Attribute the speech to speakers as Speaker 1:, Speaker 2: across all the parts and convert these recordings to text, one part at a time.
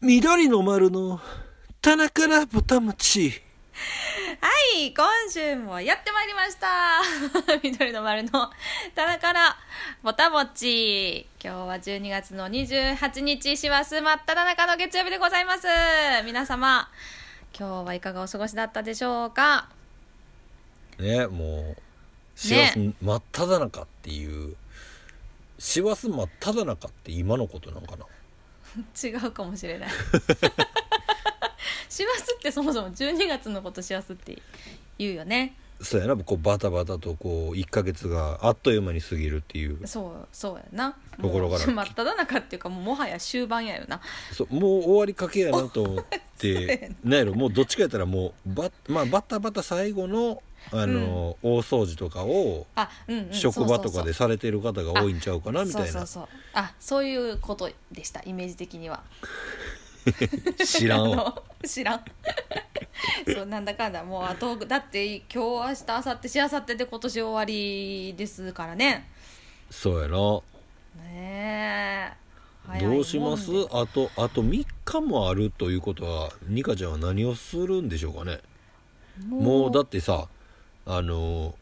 Speaker 1: 緑の丸の棚からぼた餅。
Speaker 2: はい、今週もやってまいりました。 緑の丸の棚からぼたもち。今日は12月の28日、師走真っ只中の月曜日でございます。皆様、今日はいかがお過ごしだったでしょうか。
Speaker 1: ね、もう、師走真っ只中っていう、師走真っ只中って今のことなんかな。
Speaker 2: 違うかもしれ ない。師走ってそもそも12月のこと師走って言うよね。
Speaker 1: そうやな、こうバタバタとこう、1ヶ月があっという間に過ぎるっていう。
Speaker 2: そう、そうやな。
Speaker 1: ところから
Speaker 2: もう真っ只中っていうか、もうもはや終盤やよな。
Speaker 1: そうもう終わりかけやなと思っ
Speaker 2: そうや
Speaker 1: て、なんやろ、もうどっちかやったらもう、ば、まあバタバタ最後の、あの、大掃除とかを、
Speaker 2: あ、うん、うん。
Speaker 1: 職
Speaker 2: そ
Speaker 1: 場
Speaker 2: うそ
Speaker 1: と
Speaker 2: うそう
Speaker 1: かでされてる方が多いんちゃうかなみたい
Speaker 2: そうそ
Speaker 1: な
Speaker 2: うそうあそういうことでしたイメージ的には
Speaker 1: 知らん
Speaker 2: あ
Speaker 1: わ
Speaker 2: の知らんそうなんだかんだもうあとだって今日明日明後日しあさってで今年終わりですからね
Speaker 1: そうやな
Speaker 2: ねえ早いもんで
Speaker 1: どうしますあとあと3日もあるということはニカちゃんは何をするんでしょうかねもうだってさあの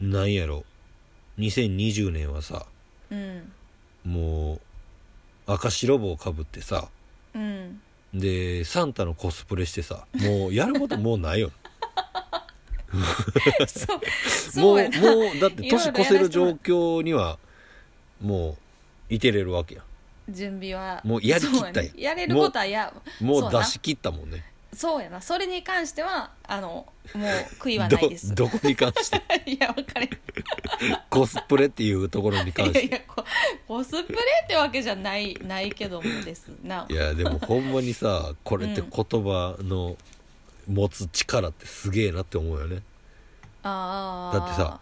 Speaker 1: なんやろ2020年はさ
Speaker 2: うん
Speaker 1: もう赤白帽かぶってさ
Speaker 2: うん
Speaker 1: でサンタのコスプレしてさもうやることもうないよ
Speaker 2: そう
Speaker 1: も
Speaker 2: そうう
Speaker 1: も
Speaker 2: やな
Speaker 1: うだって年越せる状況にはもういてれるわけや
Speaker 2: 準備は
Speaker 1: もうやりきったよ
Speaker 2: そうねやれることはや
Speaker 1: もう
Speaker 2: そうや
Speaker 1: 出
Speaker 2: な
Speaker 1: し切ったもんね
Speaker 2: そうやなそれに関してはあのも う悔いはないです
Speaker 1: ど どこに関して
Speaker 2: いや分かれん
Speaker 1: コスプレっていうところに関し
Speaker 2: いや
Speaker 1: て
Speaker 2: いやこコスプレってわけじゃないないけどもですない
Speaker 1: やでもほんまにさこれって言葉の持つ力ってすげえなって思うよね、
Speaker 2: あ
Speaker 1: だってさ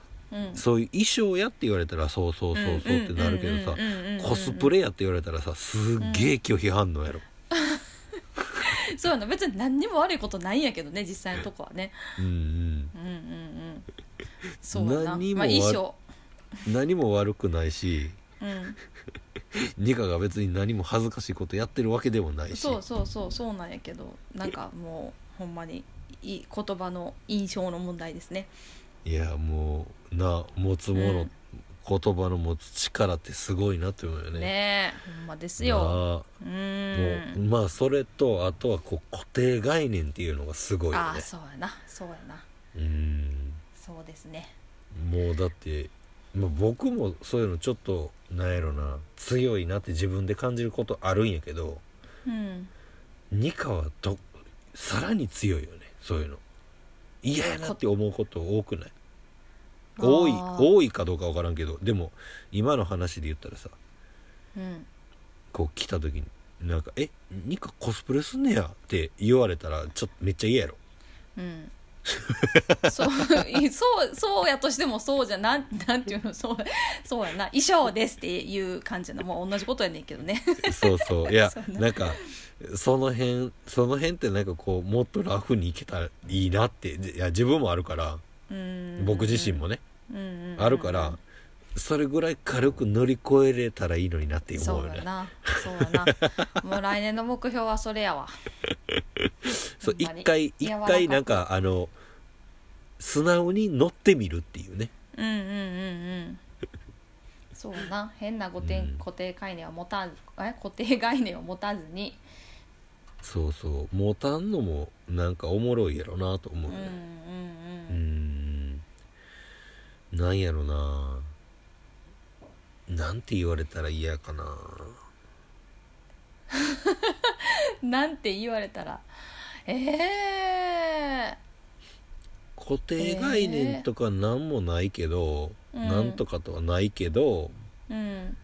Speaker 1: そういう衣装やって言われたらそうそうそうそうってなるけどさコスプ
Speaker 2: レ
Speaker 1: レやって言われたらさすっげえ拒否反応やろ、
Speaker 2: そうやな別に何にも悪いことないんやけどね実際のとこはね
Speaker 1: うんうん
Speaker 2: うんうんうんそうやな
Speaker 1: 何も
Speaker 2: まあ
Speaker 1: 悪
Speaker 2: 衣装
Speaker 1: 何も悪くないし
Speaker 2: うん
Speaker 1: ニカが別に何も恥ずかしいことやってるわけでもないし
Speaker 2: そうそうそうそうなんやけどなんかもうほんまにい言葉の印象の問題ですね
Speaker 1: いやもうな持つもの、
Speaker 2: うん
Speaker 1: 言葉の持つ力ってすごいなって思うよね
Speaker 2: ねえほんまです
Speaker 1: な
Speaker 2: よ
Speaker 1: あ
Speaker 2: う
Speaker 1: もう
Speaker 2: ーん
Speaker 1: まあそれとあとはこう固定概念っていうのがすごいよ
Speaker 2: あ
Speaker 1: ね
Speaker 2: あそうやなそうやな
Speaker 1: うん
Speaker 2: そうですね
Speaker 1: もうだって、まあ、僕もそういうのちょっとなんやろな強いなって自分で感じることあるんやけど
Speaker 2: うん
Speaker 1: ニカはとさらに強いよねそういうの嫌やなって思うこと多くない
Speaker 2: あー
Speaker 1: 多い多いかどうかわからんけどでも今の話で言ったらさ
Speaker 2: うん
Speaker 1: こう来た時になんか「えニカコスプレすんねや」って言われたらちょっとめっちゃ嫌やろ
Speaker 2: うんそういそう そうやとしてもそうじゃなんなんていうのそうそうやな衣装ですっていう感じのもう同じことやねんけどね
Speaker 1: そうそういや
Speaker 2: そうね
Speaker 1: なんかその辺その辺ってなんかこうもっとラフにいけたらいいなってじいや自分もあるから
Speaker 2: うん
Speaker 1: 僕自身もね
Speaker 2: うんうんうん
Speaker 1: あるからそれぐらい軽く乗り越えれたらいいのになって思
Speaker 2: そう
Speaker 1: よ
Speaker 2: うや
Speaker 1: ね
Speaker 2: なそうやなもう来年の目標はそれやわ
Speaker 1: そう
Speaker 2: ほんまに
Speaker 1: 一回
Speaker 2: 柔
Speaker 1: 一
Speaker 2: らかく
Speaker 1: 回なんかあの素直に乗ってみるっていうね
Speaker 2: うんうんうんうんそうやな変な固定,、
Speaker 1: うん
Speaker 2: 固定概念は持たずえ固定概念を持たずに
Speaker 1: そうそう持たんのもなんかおもろいやろなと思
Speaker 2: う
Speaker 1: うん
Speaker 2: う
Speaker 1: よね
Speaker 2: ん
Speaker 1: う
Speaker 2: う
Speaker 1: ー
Speaker 2: ん
Speaker 1: んなんやろななんて言われたら嫌かな
Speaker 2: なんて言われたらええ
Speaker 1: 固定概念とかなんもないけど、
Speaker 2: えーうん
Speaker 1: なんとかとはないけど
Speaker 2: うん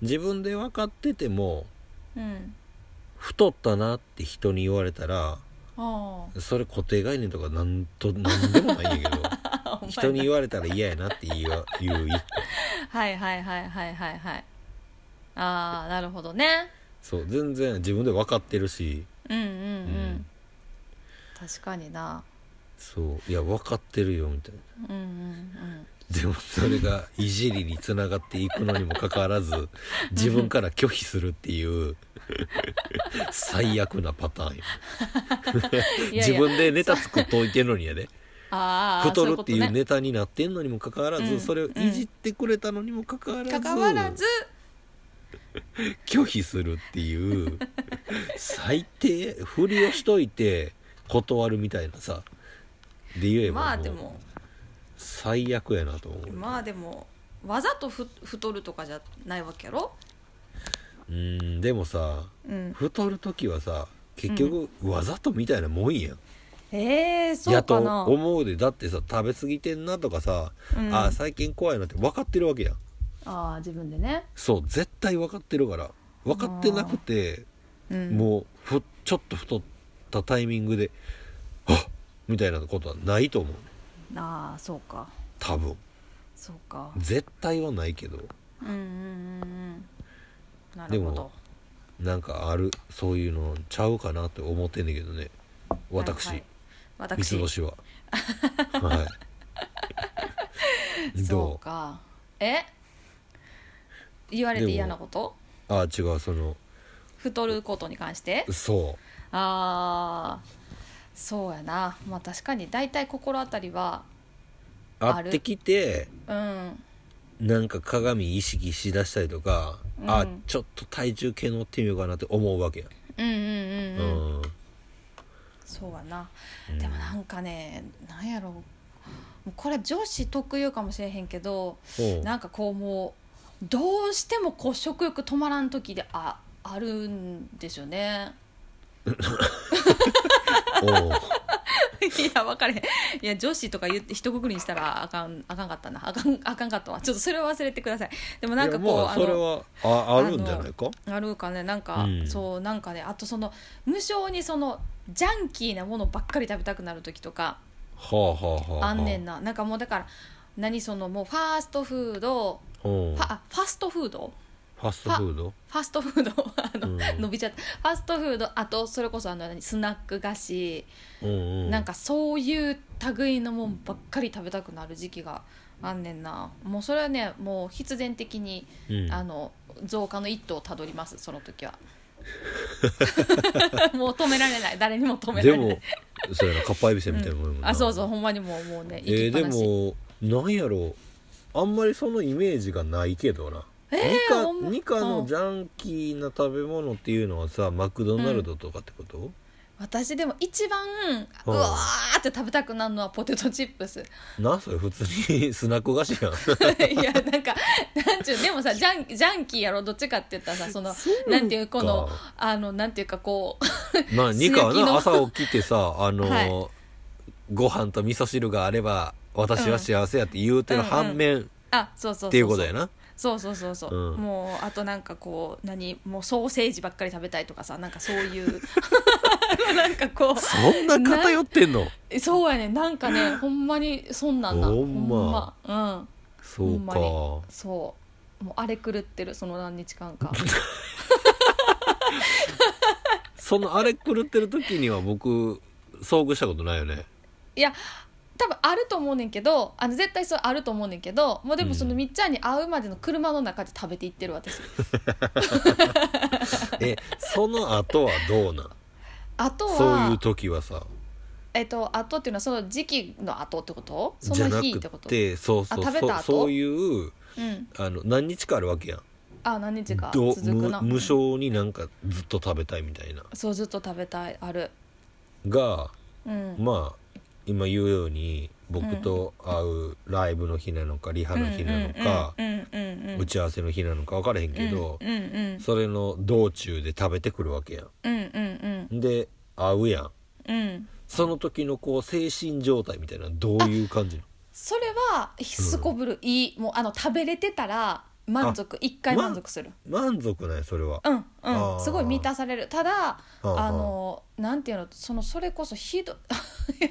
Speaker 1: 自分で分かってても
Speaker 2: うん
Speaker 1: 太ったなって人に言われたら
Speaker 2: あ
Speaker 1: それ固定概念とかなんとなんでもないん やけど
Speaker 2: あ
Speaker 1: 人に言われたら嫌やなって言う言う一個
Speaker 2: はいはいはいはいはいはいああなるほどね
Speaker 1: そう全然自分で分かってるし
Speaker 2: うんうんうん、
Speaker 1: うん
Speaker 2: 確かにな
Speaker 1: そういや分かってるよみたいな
Speaker 2: うんうんうん
Speaker 1: でもそれがいじりにつなが っていくのにもかかわらず自分から拒否するっていう最悪なパターンや
Speaker 2: いやいや
Speaker 1: 自分でネタ作っといてんのにやで
Speaker 2: あー
Speaker 1: 太るって
Speaker 2: そ
Speaker 1: いうう
Speaker 2: こ
Speaker 1: ネタになってんのにもかかわらず、
Speaker 2: うん
Speaker 1: それをいじってくれたのにもかかわら
Speaker 2: と
Speaker 1: ず,、
Speaker 2: ねかかわらず
Speaker 1: 拒否するっていう最低ふりをしといて断るみたいなさで言えば
Speaker 2: まあ
Speaker 1: もう
Speaker 2: でも
Speaker 1: 最悪やなと思う、
Speaker 2: まあでもわざとふ太るとかじゃないわけやろ
Speaker 1: うんでもさ
Speaker 2: うん
Speaker 1: 太る時はさ結局わざとみたいなもんやん、
Speaker 2: えー、そ
Speaker 1: や
Speaker 2: うか
Speaker 1: と
Speaker 2: な
Speaker 1: 思うでだってさ食べ過ぎてんなとかさ、
Speaker 2: うん
Speaker 1: あー最近怖いなって分かってるわけやん
Speaker 2: ああ自分でね、
Speaker 1: そう絶対分かってるから分かってなくて
Speaker 2: うん、
Speaker 1: もうふちょっと太ったタイミングで「あっ!」みたいなことはないと思う
Speaker 2: ああそうか
Speaker 1: 多分
Speaker 2: そうか
Speaker 1: 絶対はないけど
Speaker 2: うんうんうんうんな
Speaker 1: で
Speaker 2: るほど
Speaker 1: もなんかあるそういうのちゃうかなって思ってんねんけどね私、
Speaker 2: はいはい
Speaker 1: 三つ
Speaker 2: 私
Speaker 1: 星ははい
Speaker 2: そう
Speaker 1: どう
Speaker 2: かえ言われて嫌なこと
Speaker 1: ああ違うその
Speaker 2: 太ることに関して
Speaker 1: そ
Speaker 2: ああそうやなまあ確かに大体心当たりは
Speaker 1: う
Speaker 2: あ
Speaker 1: 会
Speaker 2: る
Speaker 1: ってきて
Speaker 2: うん
Speaker 1: なんか鏡意識しだしたりとか、
Speaker 2: うん
Speaker 1: あちょっと体重計乗ってみようかなって思うわけや、
Speaker 2: うんうん
Speaker 1: う
Speaker 2: うんう
Speaker 1: ん
Speaker 2: ん、そうやなでもなんかねなんやろもうこれ女子特有かもしれへんけど
Speaker 1: うん
Speaker 2: なんかこうもうどうしてもこう食欲止まらん時でああるんですよね
Speaker 1: おう
Speaker 2: いや分かれへんいや女子とか言って一括りにしたらあかんあかんかったなあかんあかんかったわちょっとそれは忘れてくださいでも なんか
Speaker 1: い
Speaker 2: こ
Speaker 1: や
Speaker 2: う
Speaker 1: まあ
Speaker 2: あ
Speaker 1: それ
Speaker 2: の
Speaker 1: はああるんじゃないか
Speaker 2: あるかねなんか、
Speaker 1: うん
Speaker 2: そうなんかねあとその無性にそのジャンキーなものばっかり食べたくなる時とか
Speaker 1: はあはあはあ、は
Speaker 2: あんねんななんかもうだから何そのもうファーストフード
Speaker 1: うん
Speaker 2: フ
Speaker 1: フ
Speaker 2: ァあファストフード
Speaker 1: ァストフード
Speaker 2: ファストフードあの、
Speaker 1: うん
Speaker 2: 伸びちゃったファストフードあとそれこそあの何スナック菓子、
Speaker 1: うんうん
Speaker 2: なんかそういう類のもんばっかり食べたくなる時期があんねんなもうそれはねもう必然的に、
Speaker 1: うん
Speaker 2: あの増加の一途をたどりますその 時はもう止められない誰にも止めら
Speaker 1: で
Speaker 2: れない
Speaker 1: もそうやなかっぱえびせんみたいなもんやもんな
Speaker 2: あそうそうほんまにもうもうね
Speaker 1: え
Speaker 2: 行
Speaker 1: ー
Speaker 2: きっ
Speaker 1: で
Speaker 2: ぱなし、
Speaker 1: もなんやろうあんまりそのイメージがないけどな、
Speaker 2: えー
Speaker 1: ニカ
Speaker 2: ほんま
Speaker 1: ニカ
Speaker 2: う
Speaker 1: の
Speaker 2: ん
Speaker 1: ジャンキーな食べ物っていうのはさマクドナルドとかってこと、
Speaker 2: 私でも一番う
Speaker 1: うん
Speaker 2: わーって食べたくなるのはポテトチップス
Speaker 1: なんそれ普通にスナック菓 子やん
Speaker 2: いやなんかなんちゅうでもさジャンジャンキーやろどっちかって言ったらさその
Speaker 1: そう
Speaker 2: なんていうこの
Speaker 1: か
Speaker 2: あのなんていうかこう
Speaker 1: まあニカは
Speaker 2: 素 焼き
Speaker 1: な
Speaker 2: の
Speaker 1: 朝起きてさあの、
Speaker 2: は
Speaker 1: ご飯と味噌汁があれば私は幸せやって言うてる反面、っ
Speaker 2: あそうそうそうそう
Speaker 1: ていうことやな
Speaker 2: そうそうそうそう、
Speaker 1: うん
Speaker 2: もうあとなんかこう何もうソーセージばっかり食べたいとかさなんかそういう なんかこう
Speaker 1: そんな偏ってんの
Speaker 2: そうやねなんかねほんまにそんなんな
Speaker 1: ほんま
Speaker 2: ほんま
Speaker 1: そ
Speaker 2: ほ
Speaker 1: うん
Speaker 2: ま
Speaker 1: か
Speaker 2: にそうもうあれ狂ってるその何日間か
Speaker 1: そのあれ狂ってる時には僕遭遇したことないよね
Speaker 2: いや多分あると思うねんけどあの絶対それあると思うねんけどもうでもその
Speaker 1: うん
Speaker 2: みっちゃんに会うまでの車の中で食べていってる私
Speaker 1: えその後はどうなん
Speaker 2: あとは
Speaker 1: そういう時はさ
Speaker 2: えっとあとっていうのはその時期の後ってことそ
Speaker 1: じゃ
Speaker 2: の
Speaker 1: な
Speaker 2: 日ってこ
Speaker 1: く
Speaker 2: と
Speaker 1: てそうそう
Speaker 2: あ食べた
Speaker 1: そ
Speaker 2: 後
Speaker 1: うそういう
Speaker 2: うん
Speaker 1: あの何日かあるわけやん
Speaker 2: あ何日か
Speaker 1: ど
Speaker 2: 続く
Speaker 1: 無
Speaker 2: な
Speaker 1: 無性になんかずっと食べたいみたいな
Speaker 2: そうずっと食べたいある
Speaker 1: が
Speaker 2: うん
Speaker 1: まあ今言うように僕と会うライブの日なのかリハの日なのか
Speaker 2: うんうんうんうんうん
Speaker 1: 打ち合わせの日なのか分からへんけど
Speaker 2: うんうん
Speaker 1: それの道中で食べてくるわけや
Speaker 2: うんうん
Speaker 1: んで会うやん
Speaker 2: うんうん
Speaker 1: その時のこう精神状態みたいなのどういう感じ
Speaker 2: それはすこぶるいい、もうあの食べれてたら満足一回満足する、
Speaker 1: 満足ないそれは
Speaker 2: うんう
Speaker 1: あ
Speaker 2: ん
Speaker 1: ー
Speaker 2: すごい満たされるただ
Speaker 1: あー
Speaker 2: あのなんていうのそのそれこそひど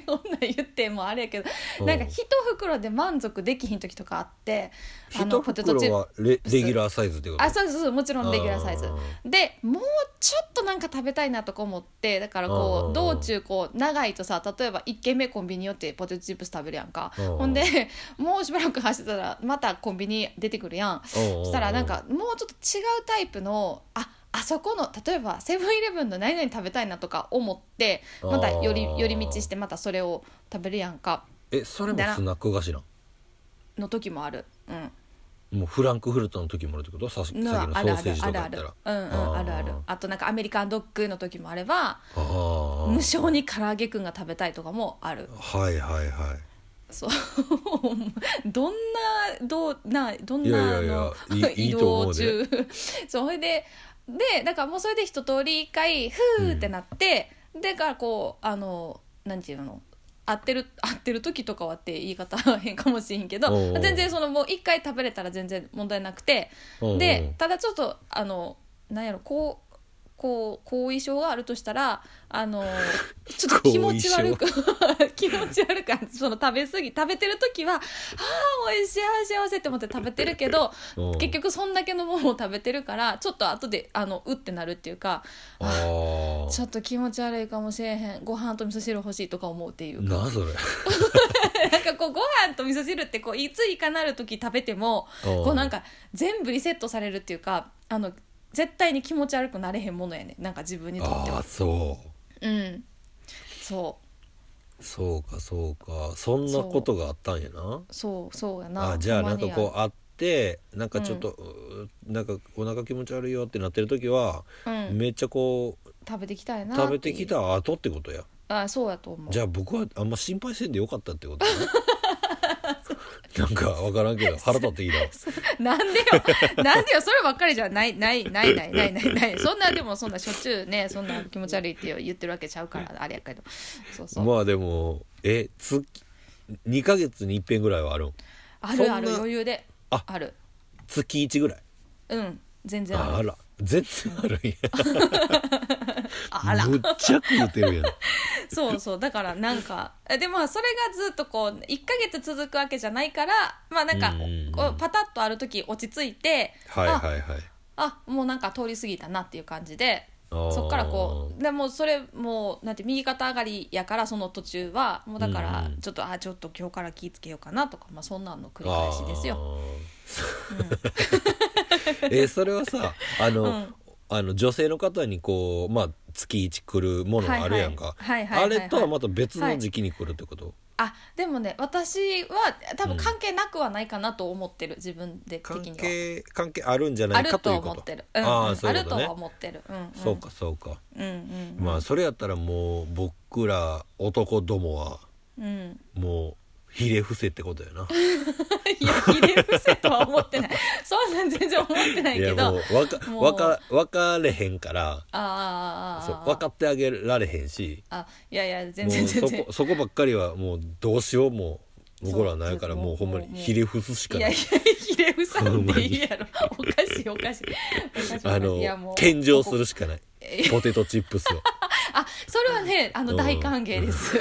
Speaker 2: そんなん言ってもあれやけ
Speaker 1: う
Speaker 2: ど
Speaker 1: ん
Speaker 2: なんか一袋で満足できひん時とかあってあ
Speaker 1: 一袋はレレギュラーサイズってこと
Speaker 2: あそうそうそうもちろんレギュラーサイズ
Speaker 1: あ
Speaker 2: でもうちょっとなんか食べたいなとか思ってだからこ
Speaker 1: う
Speaker 2: うん道中こう長いとさ例えば1軒目コンビニ寄ってポテトチップス食べるやんか
Speaker 1: うん
Speaker 2: ほんでもうしばらく走ってたらまたコンビニ出てくるやん
Speaker 1: そ
Speaker 2: そしたらなんかもうちょっと違うタイプのああそこの例えばセブンイレブンの何々食べたいなとか思ってまた
Speaker 1: あー
Speaker 2: 寄り寄り道してまたそれを食べるやんか
Speaker 1: えそれもスナック菓子なん
Speaker 2: の時もある。うん
Speaker 1: もうフランクフルトの時もあるってことささっきの
Speaker 2: の
Speaker 1: ソ
Speaker 2: はある
Speaker 1: ー
Speaker 2: あ
Speaker 1: セー
Speaker 2: る
Speaker 1: ジ
Speaker 2: あ
Speaker 1: とか
Speaker 2: る
Speaker 1: や
Speaker 2: あ
Speaker 1: った
Speaker 2: る
Speaker 1: ら
Speaker 2: うんうんあるあるあとなんかアメリカンドッグの時もあれば
Speaker 1: あー
Speaker 2: 無性に唐揚げくんが食べたいとかもある
Speaker 1: はいはいは
Speaker 2: そう どんなどうなどん
Speaker 1: いや
Speaker 2: ない
Speaker 1: やい
Speaker 2: あ
Speaker 1: や
Speaker 2: の
Speaker 1: いいいい
Speaker 2: 移
Speaker 1: と思
Speaker 2: 動
Speaker 1: うで
Speaker 2: 中 そうそれででだからもうそれで一通り一回ふーってなって、でからこうあのなんていうの合ってる合ってる時とかはって言い方は変かもしれんけど
Speaker 1: おうおう
Speaker 2: 全然そのもう一回食べれたら全然問題なくて
Speaker 1: い
Speaker 2: でただちょっとあのなんやろこうこう後遺症があるとしたらあ のちょっと気持ち悪く 気持ち悪くその食べ過ぎ食べてる時はああ美味しいあー幸せって思って食べてるけど結
Speaker 1: 局
Speaker 2: 局そんだけのものを食べてるからちょっと後であのうってなるっていうか
Speaker 1: あー
Speaker 2: ちょっと気持ち悪いかもしれへんご飯と味噌汁欲しいとか思うっていうか
Speaker 1: なあそれ
Speaker 2: なんかこうご飯と味噌汁ってこういついかなる時食べてもこ
Speaker 1: こ
Speaker 2: うなんか全部リセットされるっていうかあの絶対に気持ち悪くなれへんものやねなんか自分にとって
Speaker 1: あ
Speaker 2: は
Speaker 1: あそう
Speaker 2: うんそ
Speaker 1: そうかそうかそんなことがあったんやな
Speaker 2: うそうそうやな
Speaker 1: あじゃあ
Speaker 2: ほ
Speaker 1: なん
Speaker 2: ま
Speaker 1: か
Speaker 2: にや
Speaker 1: こう会ってなんかちょっと、うーなんかお腹気持ち悪いよってなってる時は、
Speaker 2: うん、
Speaker 1: めっちゃこう
Speaker 2: 食べてきたいな
Speaker 1: 食べてき
Speaker 2: った
Speaker 1: 後ってことや
Speaker 2: ていうあそうやと思う
Speaker 1: じゃあ僕はあんま心配せんでよかったってこと ねなんかわからんけど腹立ってきたわ
Speaker 2: なんでよ なんでよそればっかりじゃないないないないないないないそんなでもそんなしょっちゅうねそんな気持ち悪いって言ってるわけちゃうからあれやけどそうそう、
Speaker 1: まあでもえ月2ヶ月に一遍ぐらいはあるん
Speaker 2: ある
Speaker 1: そ
Speaker 2: あ
Speaker 1: ん
Speaker 2: る
Speaker 1: な
Speaker 2: 余裕で
Speaker 1: あ
Speaker 2: ある
Speaker 1: 月1ぐらい
Speaker 2: うん全然
Speaker 1: あ
Speaker 2: ある
Speaker 1: ら全然あるんや
Speaker 2: あら
Speaker 1: むっちゃく言ってる やん
Speaker 2: そうそうだからなんか えでもまあそれがずっとこう1ヶ月続くわけじゃないからまあなんか
Speaker 1: うんうんうん
Speaker 2: こうパタッとある時落ち着いて
Speaker 1: はいはいはい
Speaker 2: あもうなんか通り過ぎたなっていう感じで
Speaker 1: あー
Speaker 2: そっからこうでもそれもうなんて右肩上がりやからその途中はもうだか
Speaker 1: う
Speaker 2: ら
Speaker 1: んうん
Speaker 2: ちょっと、あちょっと今日から気ぃつけようかなとか、まあ、そんなんの繰り返しですよ。
Speaker 1: あー。え それはさあの、
Speaker 2: うん
Speaker 1: あの女性の方にこうまあ月一来るものがあるやんか、
Speaker 2: はいはいはいはいはいはい
Speaker 1: あれとはまた別の時期に来るってこと、
Speaker 2: あでもね私は多分関係なくはないかなと思ってる自分で的
Speaker 1: 関
Speaker 2: には。
Speaker 1: 係関係あるんじゃな
Speaker 2: あ
Speaker 1: いかと
Speaker 2: ると
Speaker 1: いうこ
Speaker 2: 思
Speaker 1: と
Speaker 2: ってる。うんうん
Speaker 1: あ
Speaker 2: あ
Speaker 1: あそういう
Speaker 2: る
Speaker 1: こととね
Speaker 2: は思ってる。うんうん
Speaker 1: そうかそうか、
Speaker 2: うんうん
Speaker 1: まあそれやったらもう僕ら男どもは
Speaker 2: うん、
Speaker 1: もうひれ伏せってことやな
Speaker 2: いやひれ伏せとは思ってない そんなん全然思ってない
Speaker 1: い
Speaker 2: け
Speaker 1: やも
Speaker 2: ど
Speaker 1: うわか
Speaker 2: もう
Speaker 1: わか分かれへんから
Speaker 2: あーあーあーあー
Speaker 1: そう分かってあげられへんし
Speaker 2: あいやいや全
Speaker 1: も
Speaker 2: 然
Speaker 1: う
Speaker 2: 全
Speaker 1: そ
Speaker 2: 然
Speaker 1: こそこばっかりはもうどうしようも僕らはないから
Speaker 2: そう
Speaker 1: もうほんまに
Speaker 2: もうもう
Speaker 1: ひれ伏すしか
Speaker 2: い
Speaker 1: な
Speaker 2: や
Speaker 1: い
Speaker 2: いやひれ伏さんでいいや ろおかしいおかしいおかしいおかしい
Speaker 1: あ
Speaker 2: いやも
Speaker 1: の
Speaker 2: う
Speaker 1: 献上するしかない
Speaker 2: いや
Speaker 1: ポテトチップスを
Speaker 2: あそれはねあの
Speaker 1: うん
Speaker 2: 大歓迎です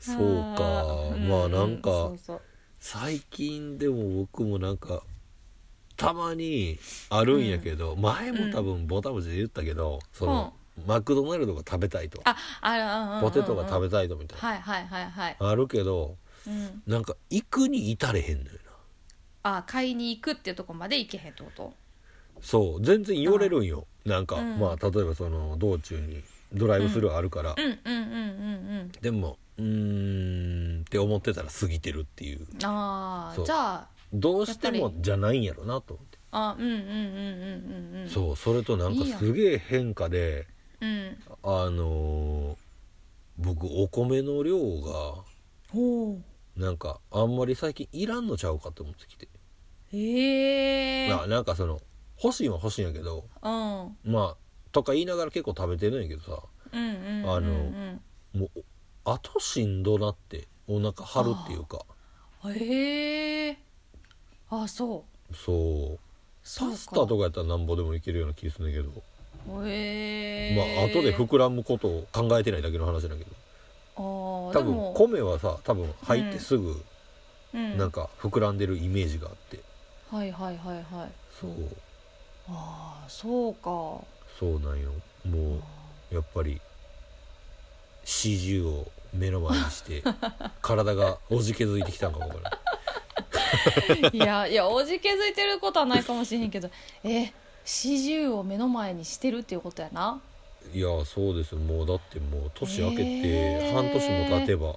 Speaker 1: そう
Speaker 2: あ
Speaker 1: か
Speaker 2: ー
Speaker 1: まあ
Speaker 2: う
Speaker 1: なん
Speaker 2: そ
Speaker 1: か
Speaker 2: うそう
Speaker 1: 最近でも僕もなんかたまにあるんやけど前も多分ボタムジで言ったけどそのマクドナルドが食べたいと
Speaker 2: ああらうんうんうん
Speaker 1: ポテトが食べ
Speaker 2: て
Speaker 1: たいとみたい
Speaker 2: はいはいはいはい、
Speaker 1: なあるけど
Speaker 2: うん、
Speaker 1: なんか行くに至れへんのよな
Speaker 2: あ買いに行くっていうとこまで行けへんってこと
Speaker 1: そう全然言われるんよなんか
Speaker 2: うん
Speaker 1: まあ例えばその道中にドライブスルーあるから
Speaker 2: うんうんうんうん
Speaker 1: でもうーんって思ってたら過ぎてるっていう
Speaker 2: うんあ
Speaker 1: そ
Speaker 2: あ
Speaker 1: う
Speaker 2: じゃあ
Speaker 1: どうして
Speaker 2: やっ
Speaker 1: も
Speaker 2: ぱ
Speaker 1: じゃないんやろなと思って
Speaker 2: あうんうんうんうんうんうん
Speaker 1: そうそれとなんか
Speaker 2: いいやん
Speaker 1: すげえ変化で
Speaker 2: うん
Speaker 1: あのー僕お米の量が
Speaker 2: ほう
Speaker 1: なんかあんまり最近いらんのちゃうかと思ってきて
Speaker 2: へえ
Speaker 1: ななんかその欲しいは欲しいんやけど
Speaker 2: うんうん
Speaker 1: まあとか言いながら結構食べてるんやけどさ
Speaker 2: うんうん
Speaker 1: あの
Speaker 2: うん
Speaker 1: もうあとしんどなってお腹張るっていうか
Speaker 2: へえあそう
Speaker 1: そう
Speaker 2: そう
Speaker 1: パスタとかやったらなんぼでもいけるような気するんだけど、
Speaker 2: へえ
Speaker 1: まあ後で膨らむことを考えてないだけの話だけど
Speaker 2: あー
Speaker 1: 多
Speaker 2: でも
Speaker 1: 分米はさ多分入ってすぐ
Speaker 2: うん
Speaker 1: なんか膨らんでるイメージがあって、
Speaker 2: はいはいはいはい
Speaker 1: そう
Speaker 2: ああそうか
Speaker 1: そうなんよもうやっぱり40を目の前にして体がおじけづいてきたんかもわからん
Speaker 2: いやいやおじけづいてることはないかもしれへんけどえ四十を目の前にしてるっていうことやない
Speaker 1: やそうですもうだってもう年明け
Speaker 2: え
Speaker 1: て
Speaker 2: ー
Speaker 1: 半年も経てば、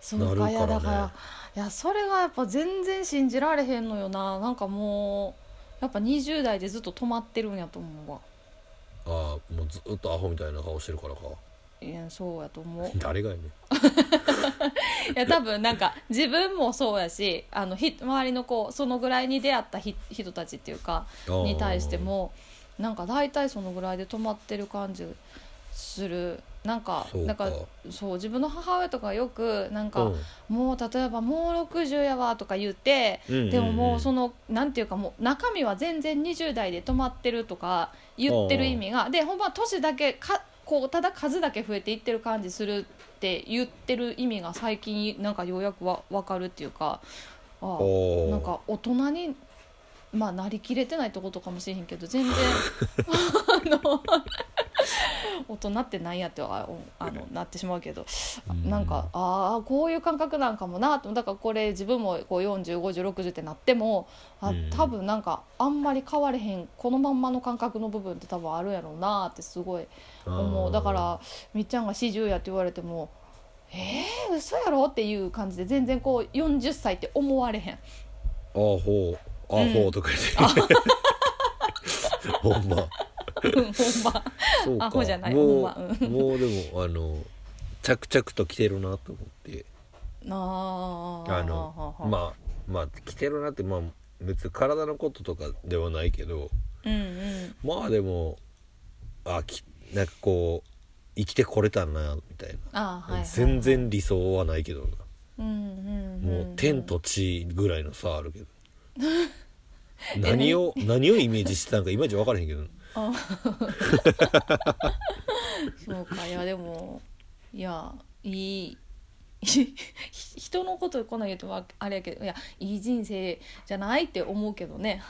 Speaker 2: そう
Speaker 1: な
Speaker 2: か
Speaker 1: るから
Speaker 2: い
Speaker 1: ね
Speaker 2: やだからいやそれがやっぱ全然信じられへんのよななんかもうやっぱ20代でずっと止まってるんやと思うわ
Speaker 1: ああもうずっとアホみたいな顔してるからか
Speaker 2: いやそうや と思う
Speaker 1: 誰がやねん
Speaker 2: いや多分なんか自分もそうやしあのひ周りの子そのぐらいに出会ったひ人たちっていうか
Speaker 1: あー
Speaker 2: に対してもなんか大体そのぐらいで止まってる感じするなんか
Speaker 1: そうか
Speaker 2: なんかそう自分の母親とかよくなんか、
Speaker 1: うん
Speaker 2: もう例えばもう60やわとか言って、
Speaker 1: うんうんうん
Speaker 2: でももうそのなんていうかもう中身は全然20代で止まってるとか言ってる意味がでほんまは年だけかこうただ数だけ増えていってる感じするって言ってる意味が最近なんかようやくわ分かるっていうかああ
Speaker 1: おー
Speaker 2: なんか大人に、まあ、なりきれてないってことかもしれへんけど全 然あの 大人ってなんやってあおあのなってしまうけど
Speaker 1: うん
Speaker 2: なんかああこういう感覚なんかもなとだからこれ自分もこう405060ってなってもあ
Speaker 1: うん
Speaker 2: 多分なんかあんまり変われへんこのまんまの感覚の部分って多分あるやろうなってすごい思
Speaker 1: あ
Speaker 2: う
Speaker 1: ー
Speaker 2: だからみっちゃんが40やって言われても「えー、嘘やろ?」っていう感じで全然こう40歳って思 われへん。
Speaker 1: 「アホアホ」とか言って、 ほんま
Speaker 2: うんほんま。
Speaker 1: そうか
Speaker 2: アホじゃない
Speaker 1: もう
Speaker 2: ほんまう
Speaker 1: もうでもあの着々と来てるなと思って
Speaker 2: あー
Speaker 1: あのまあまあ来てるなってまあ別に体のこととかではないけど
Speaker 2: うんうん。
Speaker 1: まあでもあきなんかこう生きてこれたなみたいな、
Speaker 2: あーはいはいはい。
Speaker 1: 全。然理想はないけどな
Speaker 2: うんうんんん。
Speaker 1: もう天と地ぐらいの差あ るけど何を何をイメージしてたのかいまいち分からへんけど
Speaker 2: あ。そうかいやでもいやい い。ひ人のことこんなん言うとあれやけどいやいい人生じゃないって思うけどね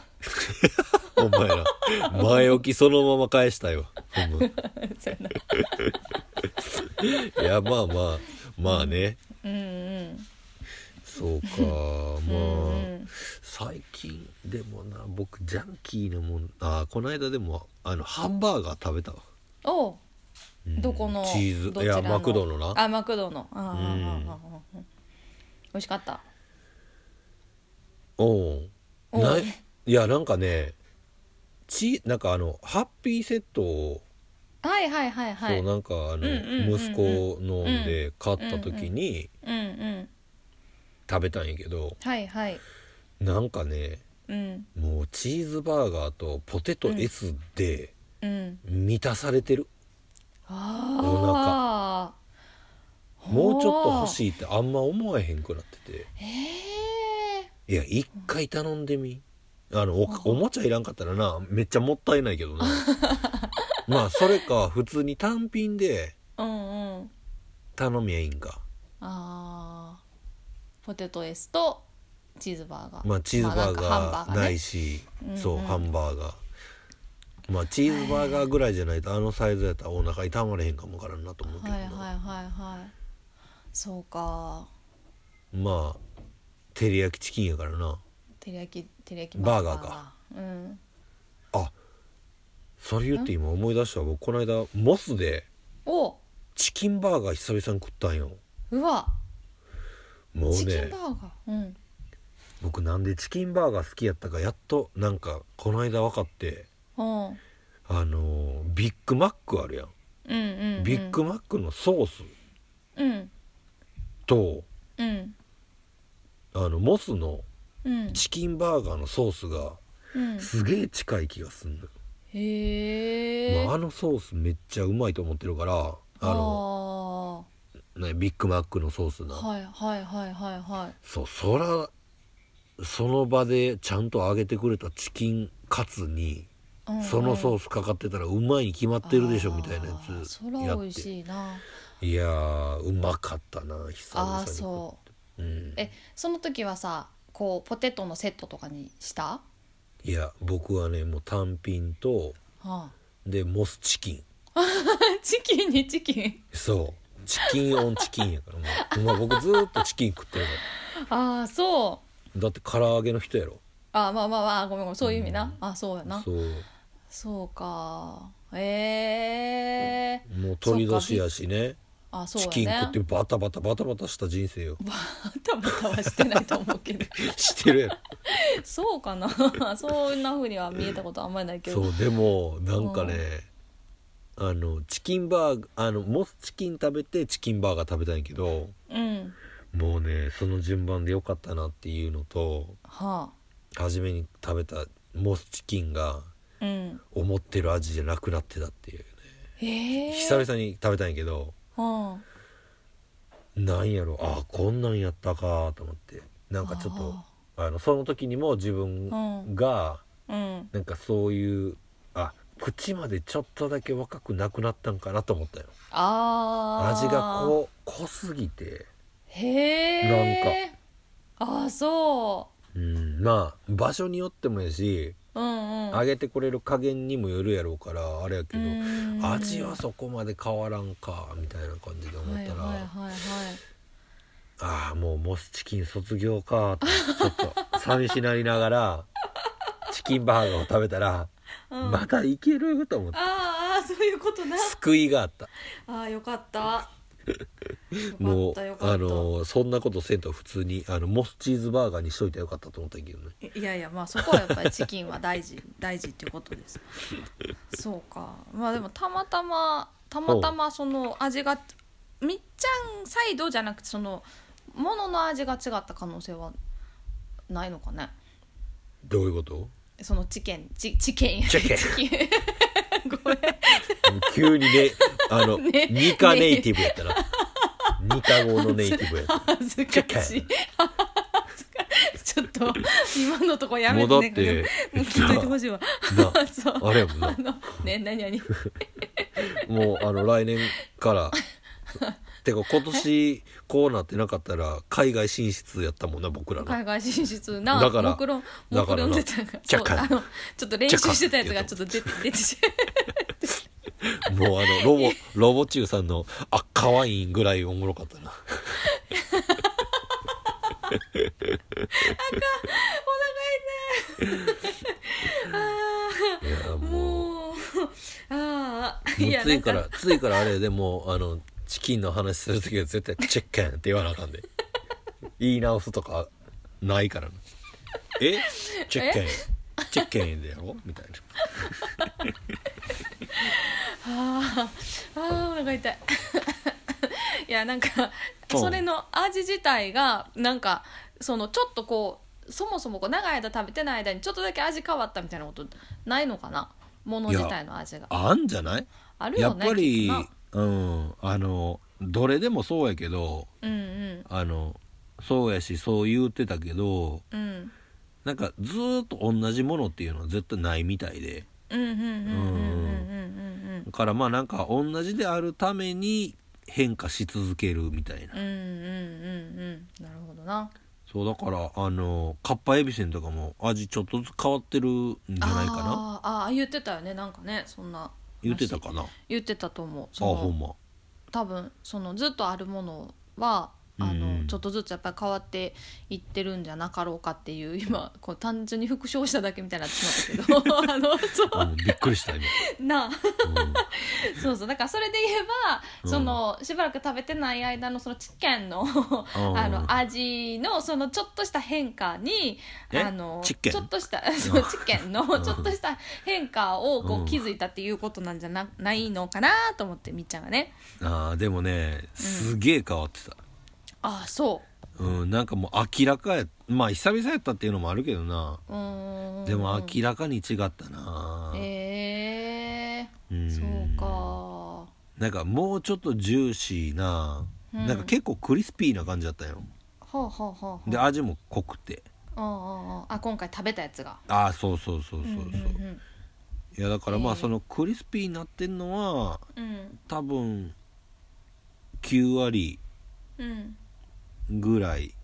Speaker 1: お前ら前置きそのまま返したよほんま
Speaker 2: そうやない
Speaker 1: やまあまあまあね、
Speaker 2: うんうん
Speaker 1: そうか
Speaker 2: う
Speaker 1: まあ、
Speaker 2: んうん
Speaker 1: 最近でもな僕ジャンキーなもんあこの間でもあのハンバーガー食べたわ、
Speaker 2: おう
Speaker 1: うん
Speaker 2: どこの
Speaker 1: チー
Speaker 2: ど
Speaker 1: ズい
Speaker 2: ちら
Speaker 1: や
Speaker 2: の
Speaker 1: マクドのな
Speaker 2: あマクドのあー
Speaker 1: うん
Speaker 2: あーあーあー美味しかった
Speaker 1: おう
Speaker 2: おう
Speaker 1: ないいやなんかねチなんかあのハッピーセットを
Speaker 2: はいはいはいはい
Speaker 1: そうなんかあの、
Speaker 2: うんうんうんうん
Speaker 1: 息子飲んで買った時に
Speaker 2: うんうん
Speaker 1: 食べたんやけど
Speaker 2: はいはい
Speaker 1: なんかね
Speaker 2: うん
Speaker 1: もうチーズバーガーとポテト S で
Speaker 2: うん
Speaker 1: 満たされてる、
Speaker 2: ああ
Speaker 1: もうちょっと欲しいってあんま思わへんくなってて
Speaker 2: いへえ
Speaker 1: いや一回頼んでみあのおおもちゃいらんかったらなめっちゃもったいないけどな まあそれか普通に単品で
Speaker 2: うんうん
Speaker 1: 頼みゃいいんか
Speaker 2: あーポテト S とチーズバーガー
Speaker 1: まあチーズバーガーない
Speaker 2: し
Speaker 1: し、
Speaker 2: うんうん
Speaker 1: そうハンバーガーまあチーズバーガーぐらいじゃないとあのサイズやったらお腹痛まれへんかもわからんなと思うけ
Speaker 2: はい
Speaker 1: どな、
Speaker 2: はいはいはいそうか
Speaker 1: まあ照り焼きチキンやからな
Speaker 2: 照り焼き照り焼き
Speaker 1: バーガー
Speaker 2: ーうん
Speaker 1: あそれ言って今思い出したわ僕この間モスで
Speaker 2: お
Speaker 1: チキンバーガー久々に食ったんよ
Speaker 2: うわ
Speaker 1: もう
Speaker 2: チキン
Speaker 1: ね
Speaker 2: バーガーうん
Speaker 1: 僕なんでチキンバーガー好きやったかやっとなんかこの間分かって
Speaker 2: うん
Speaker 1: あのービッグマックあるやん、
Speaker 2: うんうんうん
Speaker 1: ビッグマックのソース
Speaker 2: うん
Speaker 1: と
Speaker 2: うん
Speaker 1: あのモスの
Speaker 2: うん
Speaker 1: チキンバーガーのソースが
Speaker 2: うん
Speaker 1: すげえ近い気がすんのよ、
Speaker 2: へえ
Speaker 1: まあ、あのソースめっちゃうまいと思ってるからあの
Speaker 2: の
Speaker 1: ね、ビッグマックのソースな、
Speaker 2: はいはいはいはいはい
Speaker 1: そうそらその場でちゃんと揚げてくれたチキンカツに
Speaker 2: うんうん
Speaker 1: そのソースかかってたらうまいに決まってるでしょみたいなや
Speaker 2: あ
Speaker 1: つ
Speaker 2: ーそら
Speaker 1: や
Speaker 2: 美
Speaker 1: っ
Speaker 2: 味
Speaker 1: て
Speaker 2: しいな。
Speaker 1: いやーうまかったな久々
Speaker 2: あ
Speaker 1: に
Speaker 2: あーそう。
Speaker 1: う、ん、
Speaker 2: えその時はさこうポテトのセットとかにした？はい
Speaker 1: や僕はねもう単品と
Speaker 2: あ、
Speaker 1: でモスチキン
Speaker 2: チキンにチキン。
Speaker 1: そうチキンオンチキンやからもう、まあ、僕ずーっとチキン食ってるか
Speaker 2: ああそ
Speaker 1: だって唐揚げの人やろ
Speaker 2: あまあまあまあごめんごめんそういう意味な、あそうやなそ
Speaker 1: そう
Speaker 2: うかええー
Speaker 1: もう鳥年やしね
Speaker 2: あそう
Speaker 1: チ
Speaker 2: やね
Speaker 1: キン食っ てバタバタバタバタした人生よ
Speaker 2: バタバタはしてないと思うけど
Speaker 1: 知ってるやろ
Speaker 2: そうかな そんな風には見えたことあんまりないけど
Speaker 1: そうでもなんかねあのチキンバーガーあのモスチキン食べてチキンバーガー食べたんやけど
Speaker 2: うん
Speaker 1: もうねその順番でよかったなっていうのと
Speaker 2: は
Speaker 1: 初めに食べたモスチキンが
Speaker 2: あうん
Speaker 1: 思ってる味じゃなくなってたっていうね、
Speaker 2: ええー、
Speaker 1: 久々に食べたんやけど
Speaker 2: うん
Speaker 1: なんやろあこんなんやったかと思ってなんかちょっとあのその時にも自分が
Speaker 2: うん
Speaker 1: なんかそういうあ口までちょっとだけ若くなくなったんかなと思ったよ
Speaker 2: あー
Speaker 1: 味がこう濃すぎて、
Speaker 2: へえああそ
Speaker 1: うん、まあ場所によってもやし、
Speaker 2: ううんうん
Speaker 1: 揚げてくれる加減にもよるやろうからあれやけど、
Speaker 2: うん
Speaker 1: 味はそこまで変わらんかみたいな感じで思ったら、
Speaker 2: はいはいはいはい
Speaker 1: ああもうモスチキン卒業かとちょっと寂しなりなが らチキンバーガーを食べたら、
Speaker 2: うん
Speaker 1: またいけると思って
Speaker 2: あーあーそういうことな
Speaker 1: 救いがあった
Speaker 2: ああよ かったよ
Speaker 1: も
Speaker 2: かっ
Speaker 1: う
Speaker 2: たよかった
Speaker 1: あのーそんなことせんと普通にあのモスチーズバーガーにしといたらよかったと思ったけどね
Speaker 2: いやいやまあそこはやっぱりチキンは大事大事っていうことですそうかまあでもたまたまたまたまその味がみっちゃんサイドじゃなくてそのものの味が違った可能性はないのかね
Speaker 1: どういうこ と
Speaker 2: そのチキンチチキン
Speaker 1: チキン
Speaker 2: ごめん
Speaker 1: 急にね、あの、
Speaker 2: ね
Speaker 1: ニカネイティブやったら。ニカ語のネイティブやった
Speaker 2: 恥ずかしいちょっと今のとこやめて
Speaker 1: もうだって
Speaker 2: もう切っといてほしいわ
Speaker 1: な
Speaker 2: そう
Speaker 1: あれやもんな
Speaker 2: あのね何何
Speaker 1: もう、あの、来年から。てか、今年、こうなってなかったら、海外進出やったもんな、僕らの。
Speaker 2: 海外進出な
Speaker 1: だから
Speaker 2: 目論
Speaker 1: だ
Speaker 2: 目
Speaker 1: からな
Speaker 2: 論出たが
Speaker 1: じゃ
Speaker 2: そう
Speaker 1: あ
Speaker 2: あ
Speaker 1: 帰る
Speaker 2: のちょっと練習してたやつがちょっと出て出てし
Speaker 1: もう、あの、ロボ、ロボ中さんの、あ、可愛いぐらいおもろかったな。いや、
Speaker 2: まう
Speaker 1: もう。
Speaker 2: もうああ
Speaker 1: もう
Speaker 2: いや
Speaker 1: つ
Speaker 2: なん
Speaker 1: いか、
Speaker 2: から
Speaker 1: ついからあれでもう、あの、チキンの話するときは絶対チェッケンって言わなあかん で。言い直すとか、ないからな。えチェッケン。チェッケンでやろみたいな。
Speaker 2: あーあーお腹痛いいやなんか
Speaker 1: うん
Speaker 2: それの味自体がなんかそのちょっとこうそもそもこう長い間食べてない間にちょっとだけ味変わったみたいなことないのかなもの自体の味が
Speaker 1: あんじゃない
Speaker 2: ある
Speaker 1: や
Speaker 2: よ
Speaker 1: っ
Speaker 2: ね
Speaker 1: ぱ
Speaker 2: き
Speaker 1: り
Speaker 2: っとな
Speaker 1: うんあのどれでもそうやけど
Speaker 2: うんうん
Speaker 1: あのそうやしそう言ってたけど
Speaker 2: うん
Speaker 1: なんかずーっと同じものっていうのは絶対ないみたいで
Speaker 2: うんうんうんうんうんうんうん
Speaker 1: だからまあなんか同じであるために変化し続けるみたいな、
Speaker 2: うんうんうんうんなるほどな
Speaker 1: そうだからあのカッパエビせんとかも味ちょっとずつ変わってるんじゃないかな
Speaker 2: あーあー言ってたよねなんかねそんな
Speaker 1: 言ってたかなあ
Speaker 2: 言ってたと思うその
Speaker 1: ほんま
Speaker 2: 多分そのずっとあるものは
Speaker 1: う
Speaker 2: あの、
Speaker 1: んうん
Speaker 2: ちょっとずつやっぱり変わっていってるんじゃなかろうかっていう今こう単純に復唱しただけみたいになってしまったけ どあのそ
Speaker 1: うんびっくりした 今、
Speaker 2: うなあ
Speaker 1: うん
Speaker 2: そうそうだからそれで言えば、
Speaker 1: うん
Speaker 2: そのしばらく食べてない間のそのチキンのあの味のそのちょっとした変化に
Speaker 1: え
Speaker 2: あの
Speaker 1: チキン
Speaker 2: ちょっとした そうチキンの
Speaker 1: ん
Speaker 2: ちょっとした変化をこ
Speaker 1: うん
Speaker 2: う気づいたっていうことなんじゃなないのかなと思ってみっちゃんがね
Speaker 1: あーでもねすげえ変わってた、
Speaker 2: ああそ
Speaker 1: うん、なんかもう明らかやまあ久々やったっていうのもあるけどな
Speaker 2: ううーん
Speaker 1: でも明らかに違ったな、
Speaker 2: ええ
Speaker 1: うん
Speaker 2: そうか
Speaker 1: なんかもうちょっとジューシーな、
Speaker 2: うん
Speaker 1: なんか結構クリスピーな感じだったよ
Speaker 2: ほうほうほうほう
Speaker 1: で味も濃くて
Speaker 2: うんうんうんあ今回食べたやつが
Speaker 1: ああそうそうそうそうそう,、
Speaker 2: んうん
Speaker 1: いやだからまあ
Speaker 2: えー
Speaker 1: そのクリスピーになってんのは
Speaker 2: うん
Speaker 1: 多分9割
Speaker 2: うんうん
Speaker 1: ぐらい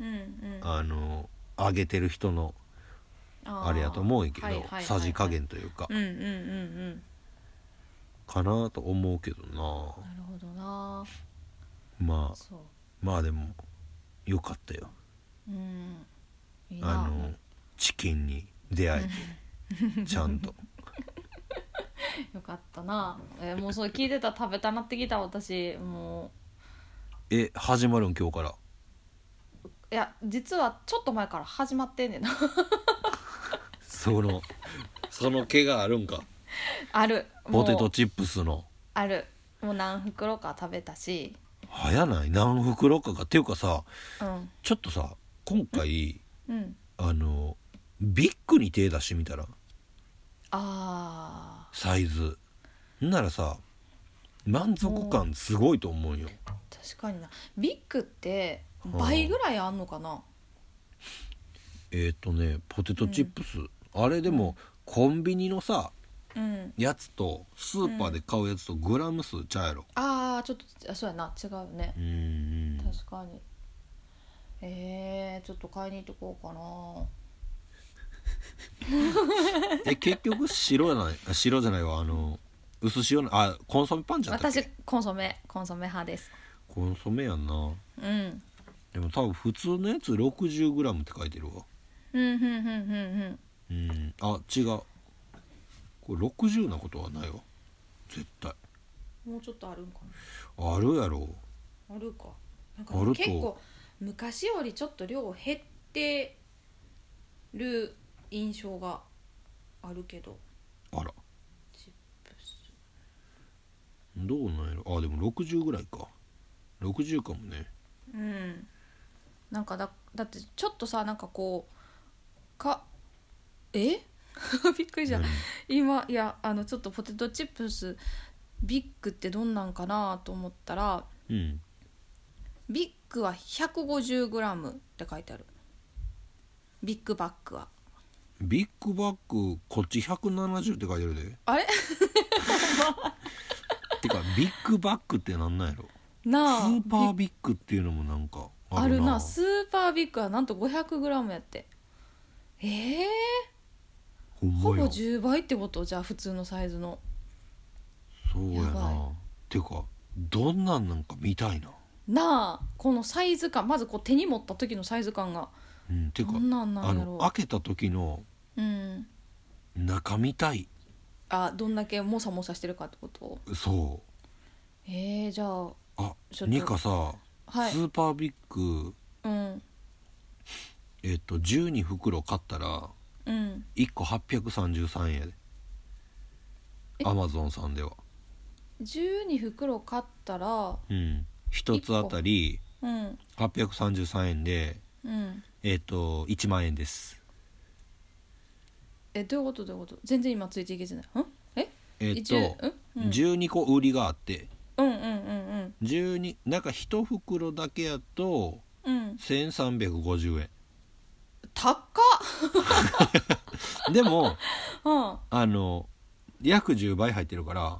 Speaker 2: うんうん
Speaker 1: あの揚げてる人の
Speaker 2: あー
Speaker 1: あれやと思うんやけど、
Speaker 2: はいはいはいはい
Speaker 1: さじ加減というか、
Speaker 2: うんうんうんうん
Speaker 1: かなと思うけどな
Speaker 2: なるほどな
Speaker 1: まあ
Speaker 2: そ
Speaker 1: まあでもよかったよ
Speaker 2: ううんいいな
Speaker 1: あのチキンに出会えてちゃん と
Speaker 2: よかったな、えーもうそれ聞いてたら食べたなってきた私も
Speaker 1: え始まるん今日から
Speaker 2: ういや実はちょっと前から始まってんねんな
Speaker 1: そのその毛があるんか
Speaker 2: あるも
Speaker 1: ポ
Speaker 2: う
Speaker 1: テトチップスの
Speaker 2: あるもう何袋か食べたし
Speaker 1: 早ない何袋かかっていうかさ
Speaker 2: うん
Speaker 1: ちょっとさ今回
Speaker 2: うん
Speaker 1: あのビッグに手出してみたら
Speaker 2: あ
Speaker 1: サイズんならさ満足感すごいと思うよ
Speaker 2: ー確かになビッグって倍ぐらいあんのかな
Speaker 1: えっ、とねポテトチップス、あれでもコンビニのさ
Speaker 2: うん
Speaker 1: やつとスーパーで買うやつとグラム数ちゃうやろ
Speaker 2: ああちょっとあそうやな違うね
Speaker 1: うーん
Speaker 2: 確かにえー、ちょっと買いに行ってこうかな
Speaker 1: え結局白ないあ白じゃないわあの薄塩なあコンソメパンじゃったっけ
Speaker 2: 私コンソメコンソメ派です
Speaker 1: コンソメやんな
Speaker 2: うん
Speaker 1: でも多分普通のやつ 60g って書いてるわ
Speaker 2: うんうんうんうんうん
Speaker 1: うんあ違うこれ60なことはないわ絶対
Speaker 2: もうちょっとあるんか
Speaker 1: あるやろ
Speaker 2: なあるかなん
Speaker 1: ある
Speaker 2: か
Speaker 1: と
Speaker 2: 結構昔よりちょっと量減ってる印象があるけど
Speaker 1: あら
Speaker 2: チップス
Speaker 1: どうなんやろあでも60ぐらいか60かもね
Speaker 2: うんなんかだだってちょっとさなんかこうかえ びっくりした
Speaker 1: 何
Speaker 2: 今いやあのちょっとポテトチップスビッグってどんなんかなと思ったら
Speaker 1: うん
Speaker 2: ビッグは 150g って書いてあるビッグバッグは
Speaker 1: ビッグバッグこっち170って書いてあるで
Speaker 2: あれ
Speaker 1: てかビッグバッグってなんなんやろス
Speaker 2: なあ
Speaker 1: ーパー
Speaker 2: ビ
Speaker 1: ビッグっていうのもなんか
Speaker 2: あ
Speaker 1: あ
Speaker 2: る
Speaker 1: るな
Speaker 2: なスーパービッグはなんと 500g やってええ
Speaker 1: ほん
Speaker 2: ほ
Speaker 1: ま
Speaker 2: ぼ
Speaker 1: や
Speaker 2: 10倍ってことじゃあ普通のサイズの
Speaker 1: そうや
Speaker 2: やば
Speaker 1: なてかどんなんなんか見たいな
Speaker 2: なあこのサイズ感まずこう手に持った時のサイズ感が
Speaker 1: うんて
Speaker 2: ど
Speaker 1: か
Speaker 2: んなんな
Speaker 1: あ
Speaker 2: んやろ
Speaker 1: の開けた時の
Speaker 2: ううん
Speaker 1: 中見たい
Speaker 2: あどんだけモサモサしてるかってこと
Speaker 1: そ
Speaker 2: えー、じゃあ
Speaker 1: うあ
Speaker 2: ちょっと
Speaker 1: ニカさ、
Speaker 2: はい
Speaker 1: スーパービッグ
Speaker 2: うん
Speaker 1: えっと12袋買ったら
Speaker 2: うん
Speaker 1: 1個833円やで
Speaker 2: え
Speaker 1: アマゾンさんでは
Speaker 2: 12袋買ったら
Speaker 1: うん1つあたり
Speaker 2: うん
Speaker 1: 833円で
Speaker 2: うん
Speaker 1: えっ、と1万円です
Speaker 2: えどういうことどういうこと全然今ついていけてないんえ
Speaker 1: えっ、
Speaker 2: 一応
Speaker 1: と、
Speaker 2: うんうん
Speaker 1: 12個売りがあって
Speaker 2: うんうんうん
Speaker 1: 12なんか1袋だけやと
Speaker 2: うんうん
Speaker 1: 1350円
Speaker 2: 高っ
Speaker 1: でも
Speaker 2: うんあ
Speaker 1: あの約10倍入ってるから、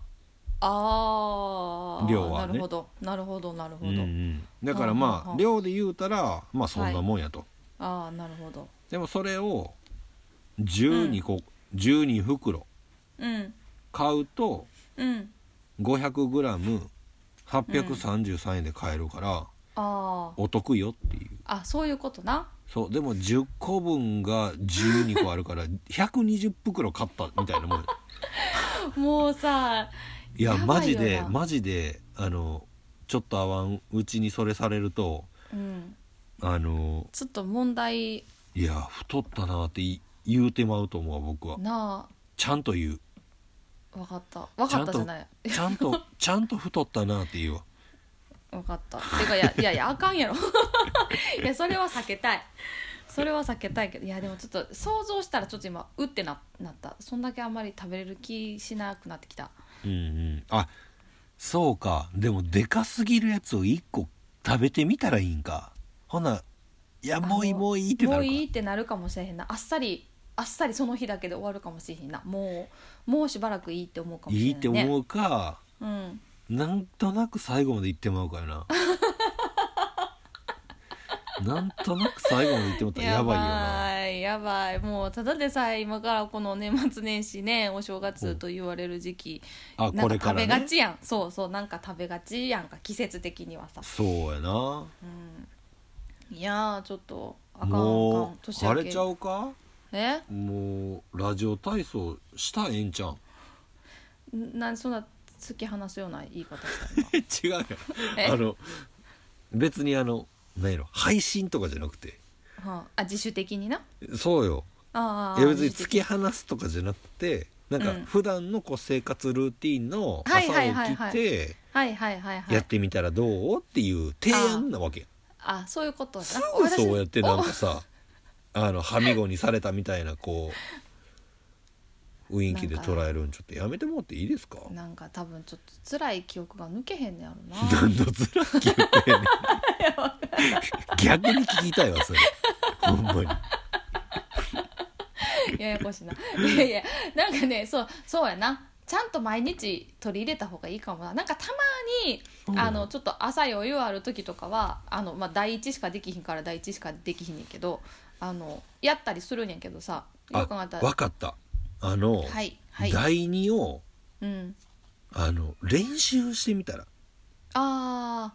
Speaker 2: あー
Speaker 1: 量はね
Speaker 2: なるほどなるほどなるほ
Speaker 1: う
Speaker 2: ど、
Speaker 1: んうんだから
Speaker 2: はあは
Speaker 1: ま
Speaker 2: あ
Speaker 1: あ量で言うたらまあそんなもんやと、
Speaker 2: ああなるほど
Speaker 1: でもそれを12個、12袋
Speaker 2: うん
Speaker 1: 買うと
Speaker 2: うん
Speaker 1: 5 0 0 g 833円で買えるから、
Speaker 2: ああ
Speaker 1: お得よっていう
Speaker 2: あそういうことな
Speaker 1: そうでも10個分が12個あるから 120袋買ったみたいなもんや
Speaker 2: もうさ
Speaker 1: いや
Speaker 2: やば
Speaker 1: マ
Speaker 2: い
Speaker 1: ジ
Speaker 2: よな
Speaker 1: でマジであのちょっと合わんうちにそれされると
Speaker 2: うん
Speaker 1: あの
Speaker 2: ちょっと問題
Speaker 1: いや太ったなってい言うてまうと思うわ僕は
Speaker 2: な
Speaker 1: ちゃんと言う
Speaker 2: あ分かった分かったじゃない
Speaker 1: ちゃん とちゃんと太ったなって言うわ
Speaker 2: 分かったてかいやいやいやあかんやろ いやそれは避けたいそれは避けたいけどいやでもちょっと想像したらちょっと今うってななったそんだけあんまり食べれる気しなくなってきた
Speaker 1: うんうんあそうかでもでかすぎるやつを1個食べてみたらいいんかほないやもういい
Speaker 2: あの
Speaker 1: もういいってな
Speaker 2: も
Speaker 1: る
Speaker 2: う
Speaker 1: か
Speaker 2: いいってなるかもしれへんなあっさりあっさりその日だけで終わるかもしれへんなもうもうしばらくいいって思うかもしれない、
Speaker 1: い
Speaker 2: ね、
Speaker 1: いって思うか
Speaker 2: うん
Speaker 1: なんとなく最後まで行ってまうから ななんとなく最後まで行ってもったらやばいよな
Speaker 2: やばいやばいもうただでさえ今からこの年末年始ねお正月と言われる時期
Speaker 1: あ
Speaker 2: なん
Speaker 1: こ
Speaker 2: か
Speaker 1: れか
Speaker 2: 食
Speaker 1: ら
Speaker 2: べが
Speaker 1: ね
Speaker 2: ちやん、そうそうなんか食べがちやんか季節的にはさ、
Speaker 1: そうやな
Speaker 2: うん、いやーちょっとあかんあか
Speaker 1: も
Speaker 2: ん
Speaker 1: う
Speaker 2: 年
Speaker 1: あ
Speaker 2: 明け
Speaker 1: れちゃうか
Speaker 2: え
Speaker 1: もうラジオ体操したらええんち ゃうん
Speaker 2: んなんそんな突き放すような言い方した今
Speaker 1: 違うよ
Speaker 2: え
Speaker 1: あの別にあの何やろ配信とかじゃなくて
Speaker 2: はあ、あ自主的にな
Speaker 1: そうよ
Speaker 2: ああ
Speaker 1: いや別に突
Speaker 2: 自主的
Speaker 1: き放すとかじゃなくてなんか
Speaker 2: うん
Speaker 1: 普段のこう生活ルーティンの朝
Speaker 2: はいはいはいは
Speaker 1: 起き
Speaker 2: い
Speaker 1: て
Speaker 2: はいはいはいはい
Speaker 1: やってみたらどうっていう提案なわけ
Speaker 2: あそういうことだ
Speaker 1: すぐそうやってなんかさあのはみごにされたみたいなこう雰囲気で捉えるんちょっとやめてもらっていいですか
Speaker 2: おなんか多分ちょっと辛い記憶が抜けへんねやろ な
Speaker 1: 何のずらっき言 ってんねん逆に聞きたいわそれほんまに
Speaker 2: ややこしいないやいやなんかねそうそうやなちゃんと毎日取り入れた方がいいかもななんかたまに、
Speaker 1: うん
Speaker 2: あのちょっと朝余裕ある時とかはあの、まあ、第一しかできひんから第一しかできひんねんけどあのやったりするんやけどさよ
Speaker 1: あ
Speaker 2: く考えたら
Speaker 1: わかったあの、
Speaker 2: はいはい、
Speaker 1: 第二を
Speaker 2: うん、
Speaker 1: あの練習してみたら
Speaker 2: ああ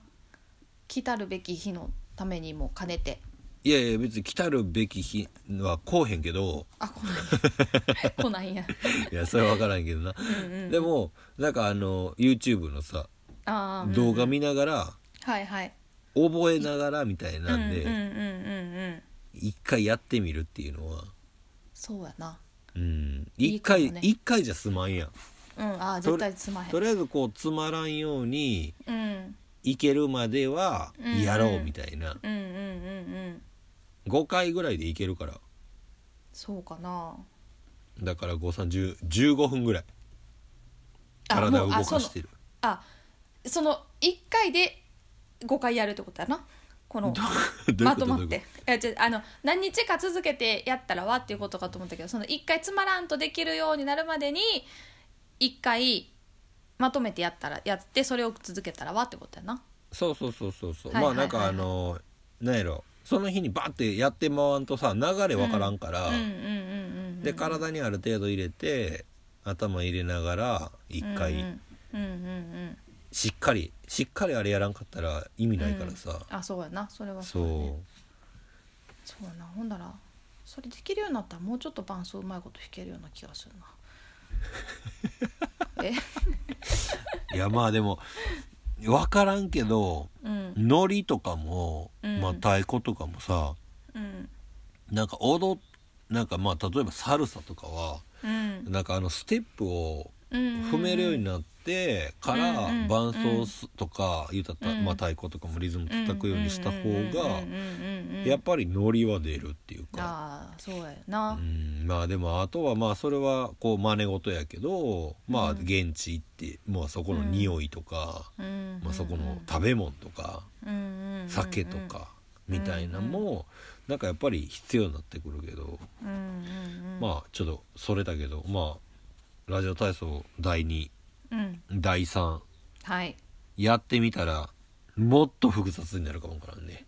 Speaker 2: 来たるべき日のためにも兼ねて
Speaker 1: いやいや別に来たるべき日はこうへんけ ど
Speaker 2: あ来ない来ないんや
Speaker 1: いやそれは分からんけどな
Speaker 2: うんうん
Speaker 1: でもなんかあの YouTube のさ
Speaker 2: あー
Speaker 1: 動画見ながら
Speaker 2: はいはい
Speaker 1: 覚えながらみたいなん
Speaker 2: うんうん
Speaker 1: で
Speaker 2: うんうんうん
Speaker 1: 一回やってみるっていうのは
Speaker 2: そうやな
Speaker 1: うん一
Speaker 2: いいかも
Speaker 1: 回
Speaker 2: ね
Speaker 1: 一回じゃ済まんやん
Speaker 2: うんあー
Speaker 1: と
Speaker 2: 絶
Speaker 1: り
Speaker 2: 対つまへん
Speaker 1: とりあえずこうつまらんように
Speaker 2: うんうん
Speaker 1: いけるまでは
Speaker 2: うん
Speaker 1: やろうみたいな
Speaker 2: うんうんうん
Speaker 1: 5回ぐらいでいけるから
Speaker 2: そうかな
Speaker 1: だから5315分ぐらい体を動かして
Speaker 2: る
Speaker 1: る
Speaker 2: あその1回で5回やるってことだなこ の
Speaker 1: どういう
Speaker 2: ま
Speaker 1: こと
Speaker 2: と
Speaker 1: どう
Speaker 2: ま
Speaker 1: いうこ
Speaker 2: っ
Speaker 1: と
Speaker 2: ていやちょあの何日か続けてやったらはっていうことかと思ったけどその1回つまらんとできるようになるまでに1回まとめてやったらやってそれを続けたらはってことやな
Speaker 1: そうそうそうそうそう、
Speaker 2: はいはい
Speaker 1: まあなんかあのなんやろその日にバッてやってまわんとさ流れわからんから、
Speaker 2: うんうんうんうんうん
Speaker 1: で体にある程度入れて頭入れながら一
Speaker 2: う
Speaker 1: 回
Speaker 2: んうんうんうん
Speaker 1: しっかりしっかりあれやらんかったら意味ないからさ、
Speaker 2: あそうやなそれは
Speaker 1: そう
Speaker 2: そうやねそうやなほんだらそれできるようになったらもうちょっと伴奏うまいこと弾けるような気がする なえ
Speaker 1: いやまあでもわからんけど
Speaker 2: うん
Speaker 1: ノリとかも、
Speaker 2: うん
Speaker 1: まあ太鼓とかもさ
Speaker 2: うん
Speaker 1: なんか踊なんかまあ例えばサルサとかは
Speaker 2: うん
Speaker 1: なんかあのステップを
Speaker 2: 踏
Speaker 1: 踏めるようになってから
Speaker 2: うんうん
Speaker 1: 伴奏すとか言うたったら
Speaker 2: うん
Speaker 1: まあ太鼓とかもリズム叩くようにした方が
Speaker 2: が
Speaker 1: やっぱりノリは出るっていうか
Speaker 2: ああそうや
Speaker 1: う
Speaker 2: な、
Speaker 1: んまあでもあとはまあそれはこう真似事やけどまあ
Speaker 2: うん
Speaker 1: 現地行ってまあそこの匂いとか
Speaker 2: うんうん
Speaker 1: まあそこの食べ物とか
Speaker 2: うんうんうん
Speaker 1: 酒とかみたいなのもなんかやっぱり必要になってくるけど
Speaker 2: うんうんうん
Speaker 1: まあちょっとそれだけどまあラジオ体操第2
Speaker 2: うん
Speaker 1: 第3
Speaker 2: はい
Speaker 1: やってみたらもっと複雑になるかもわからんね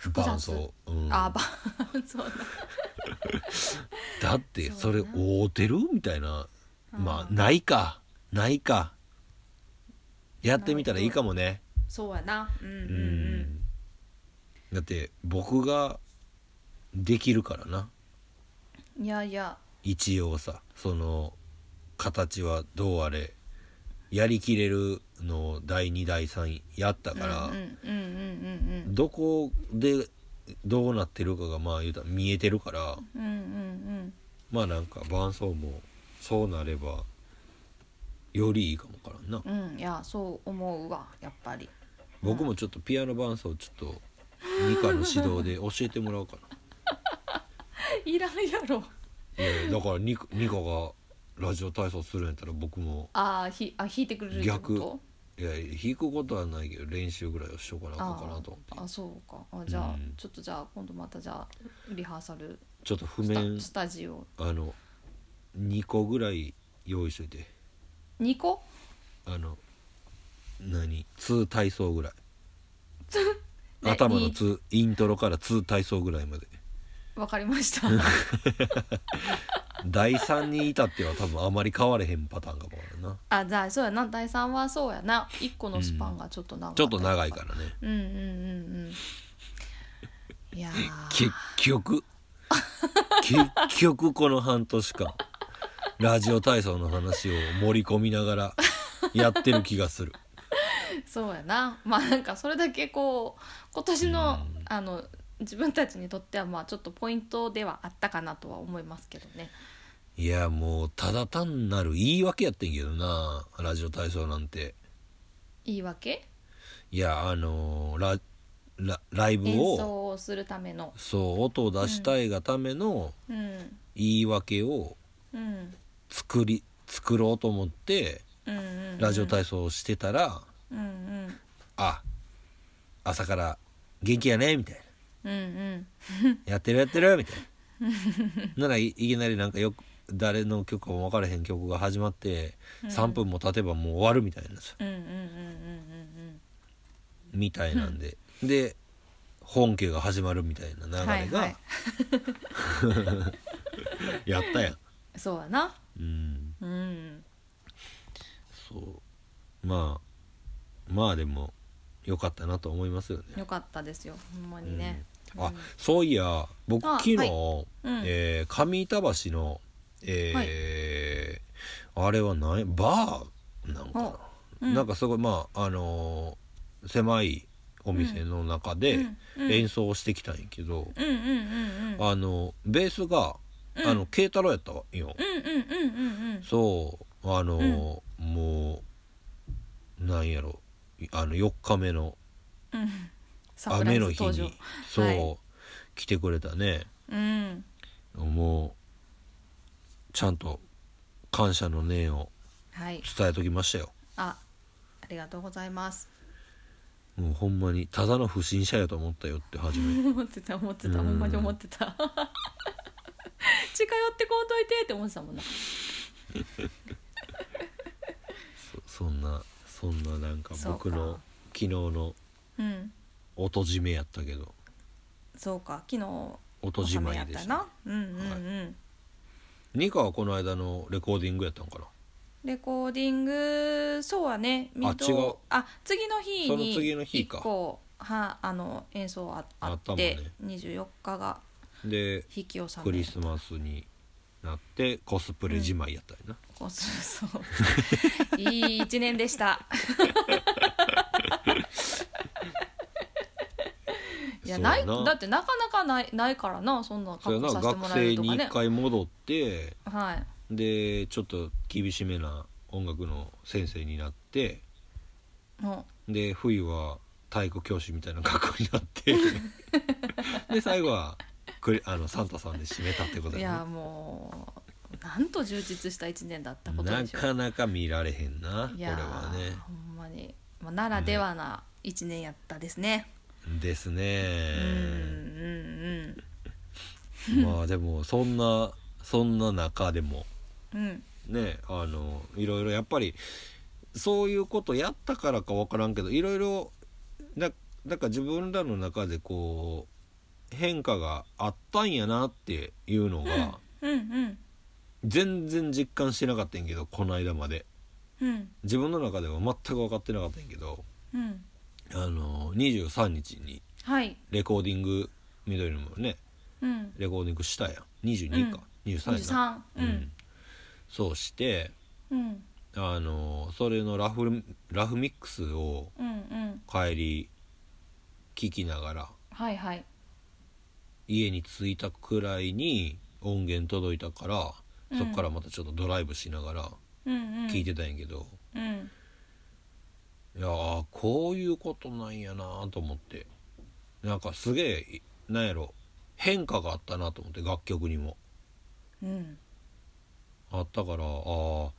Speaker 2: 雑
Speaker 1: 伴奏、うん、
Speaker 2: あ
Speaker 1: だ
Speaker 2: あ 伴奏
Speaker 1: ってそれ
Speaker 2: そうだな
Speaker 1: 合うてるみたいなまあ
Speaker 2: うん
Speaker 1: ないかないかやってみたらいいかもね
Speaker 2: そうやなうんうん
Speaker 1: う
Speaker 2: うん
Speaker 1: んだって僕ができるからない
Speaker 2: やいや
Speaker 1: 一応さその形はどうあれやりきれるのを第2第3やったから、
Speaker 2: うんうんうんうん
Speaker 1: どこでどうなってるかがまあ言うたら見えてるから
Speaker 2: うんうんうん
Speaker 1: まあなんか伴奏もそうなればよりいいかもわからんな、
Speaker 2: うんうんいやそう思うわやっぱり
Speaker 1: 僕もちょっとピアノ伴奏ちょっとミカの指導で教えてもらおうか
Speaker 2: いらんやろ
Speaker 1: ないやだからニカニカがラジオ体操するんやったら僕も
Speaker 2: あーひあ弾いてくれるってこと
Speaker 1: 逆いや弾くことはないけど練習ぐらいはしとかなあかんかなと思って
Speaker 2: ああそうかあじゃあ、
Speaker 1: うん
Speaker 2: ちょっとじゃあ今度またじゃあリハーサル
Speaker 1: ちょっと譜
Speaker 2: スタ
Speaker 1: 面
Speaker 2: スタジオ
Speaker 1: あの2個ぐらい用意しといて
Speaker 2: 2個
Speaker 1: あの何2体操ぐらい
Speaker 2: え
Speaker 1: 頭の
Speaker 2: いい
Speaker 1: 2イントロから2体操ぐらいまで
Speaker 2: わかりました
Speaker 1: 第3に至っては多分あまり変われへんパターンかもわからんな
Speaker 2: あじゃあそうやな第3はそうやな1個のスパンがちょっと長か
Speaker 1: ちょっと長い
Speaker 2: ら
Speaker 1: からね
Speaker 2: うんうんうんうんいやー
Speaker 1: 結局結局この半年間ラジオ体操の話を盛り込みながらやってる気がする
Speaker 2: そうやなまあなんかそれだけこう今年の
Speaker 1: うん
Speaker 2: あの自分たちにとってはまあちょっとポイントではあったかなとは思いますけどね
Speaker 1: いやもうただ単なる言い訳やってんけどなラジオ体操なんて
Speaker 2: 言い訳
Speaker 1: いやあのララライブ
Speaker 2: 演
Speaker 1: を
Speaker 2: 奏をするための
Speaker 1: そう音を出したいがための
Speaker 2: うん
Speaker 1: 言い訳を
Speaker 2: うん
Speaker 1: 作り作ろうと思って
Speaker 2: うんうん
Speaker 1: ラジオ体操をしてたら、
Speaker 2: うんうん
Speaker 1: あ朝から元気やねみたいな
Speaker 2: うんうん
Speaker 1: やってるやってるみたいなならいいきなりなんかよく誰の曲かも分からへん曲が始まって3分も経てばもう終わるみたいなんですよ
Speaker 2: うんうんうんうん
Speaker 1: みたいなんでで本家が始まるみたいな流
Speaker 2: うんは
Speaker 1: れ
Speaker 2: い
Speaker 1: が、
Speaker 2: はい
Speaker 1: やったやん
Speaker 2: そうやな
Speaker 1: うん
Speaker 2: うん
Speaker 1: そうまあまあでも良かったなと思いますよね
Speaker 2: よかったですよほんまにね
Speaker 1: うんあ、
Speaker 2: うん
Speaker 1: そういや僕
Speaker 2: あ
Speaker 1: 昨日、
Speaker 2: はいうん
Speaker 1: えー上板橋の、えーあれは何やバーなんかな、
Speaker 2: おうん
Speaker 1: なんかすごいまああのー狭いお店の中で
Speaker 2: うんうん
Speaker 1: 演奏してきたんやけど、
Speaker 2: うんうんうんうん
Speaker 1: あのベースが、
Speaker 2: うん
Speaker 1: あの慶太郎やったわよ、
Speaker 2: うんうんうんうんうん
Speaker 1: そうあのーもうなんやろあの4日目の
Speaker 2: うんサプライ
Speaker 1: 雨
Speaker 2: ズ
Speaker 1: の日
Speaker 2: 登場
Speaker 1: にそう、
Speaker 2: はい
Speaker 1: 来てくれたね
Speaker 2: うん
Speaker 1: もうちゃんと感謝の念を
Speaker 2: はい
Speaker 1: 伝えときましたよ
Speaker 2: あありがとうございます
Speaker 1: もうほんまにただの不審者やと思ったよって初め
Speaker 2: 思ってた思ってた
Speaker 1: うん
Speaker 2: ほんまに思ってた近寄ってこうといてって思ってたもんな
Speaker 1: そそんなそんななんか
Speaker 2: そうか
Speaker 1: 僕の昨日の
Speaker 2: うん
Speaker 1: 音締めやったけど
Speaker 2: そうか昨日
Speaker 1: 音締ま
Speaker 2: や
Speaker 1: り
Speaker 2: っ
Speaker 1: で
Speaker 2: た
Speaker 1: した
Speaker 2: なうんうんうん、
Speaker 1: ニカはこの間のレコーディングやったんかな
Speaker 2: レコーディングそうはね水戸
Speaker 1: 違う
Speaker 2: あ次の日に
Speaker 1: その次の日か
Speaker 2: 一個はあの演奏ああ
Speaker 1: あったもん
Speaker 2: って、
Speaker 1: ね
Speaker 2: 24日が
Speaker 1: で
Speaker 2: 引き納め
Speaker 1: クリスマスになってコスプレじまいやったんやな、
Speaker 2: こうそうそ ういい一年でしたいや
Speaker 1: そう
Speaker 2: な
Speaker 1: や
Speaker 2: い
Speaker 1: な
Speaker 2: だってなかなかないないからなそんな
Speaker 1: それ
Speaker 2: 格好
Speaker 1: な
Speaker 2: させても
Speaker 1: 学
Speaker 2: ら
Speaker 1: 生
Speaker 2: えるとか
Speaker 1: に
Speaker 2: ね
Speaker 1: 一回戻って
Speaker 2: はい
Speaker 1: でちょっと厳しめな音楽の先生になって
Speaker 2: も
Speaker 1: で冬は太鼓教師みたいな格好になってで最後はクリあのサンタさんで締めたってこ
Speaker 2: う
Speaker 1: と
Speaker 2: い
Speaker 1: や
Speaker 2: やもうなんと充実した一年だった
Speaker 1: ね
Speaker 2: こと
Speaker 1: な
Speaker 2: でしょう
Speaker 1: かなか見られへんなこ
Speaker 2: い
Speaker 1: れ
Speaker 2: やー
Speaker 1: は
Speaker 2: ほんまに、まあ、ならではな一年やったですね、
Speaker 1: ねです
Speaker 2: うん、うん
Speaker 1: ねまあでもそんなそんな中でも
Speaker 2: うんうん
Speaker 1: ねあのいろいろやっぱりそういうことやったからか分からんけどいろいろだだから自分らの中でこう変化があったんやなっていうのが
Speaker 2: うんうん
Speaker 1: 全然実感してなかったんやけどこの間まで
Speaker 2: うん
Speaker 1: 自分の中では全く分かってなかったんやけど
Speaker 2: うん
Speaker 1: あの23日に
Speaker 2: はい
Speaker 1: レコーディング緑のもね
Speaker 2: うん
Speaker 1: レコーディングしたやん22か、23やな
Speaker 2: 23うん
Speaker 1: そうして
Speaker 2: うん
Speaker 1: あのそれのラフラフミックスを
Speaker 2: うんうん
Speaker 1: 帰り聞きながら
Speaker 2: はいはい
Speaker 1: 家に着いたくらいに音源届いたから、
Speaker 2: うん
Speaker 1: そっからまたちょっとドライブしながら
Speaker 2: うんうん
Speaker 1: 聞いてたんやけど、
Speaker 2: うん
Speaker 1: いやーこういうことなんやなと思ってなんかすげえなんやろ変化があったなと思って楽曲にも
Speaker 2: うん
Speaker 1: あったからあー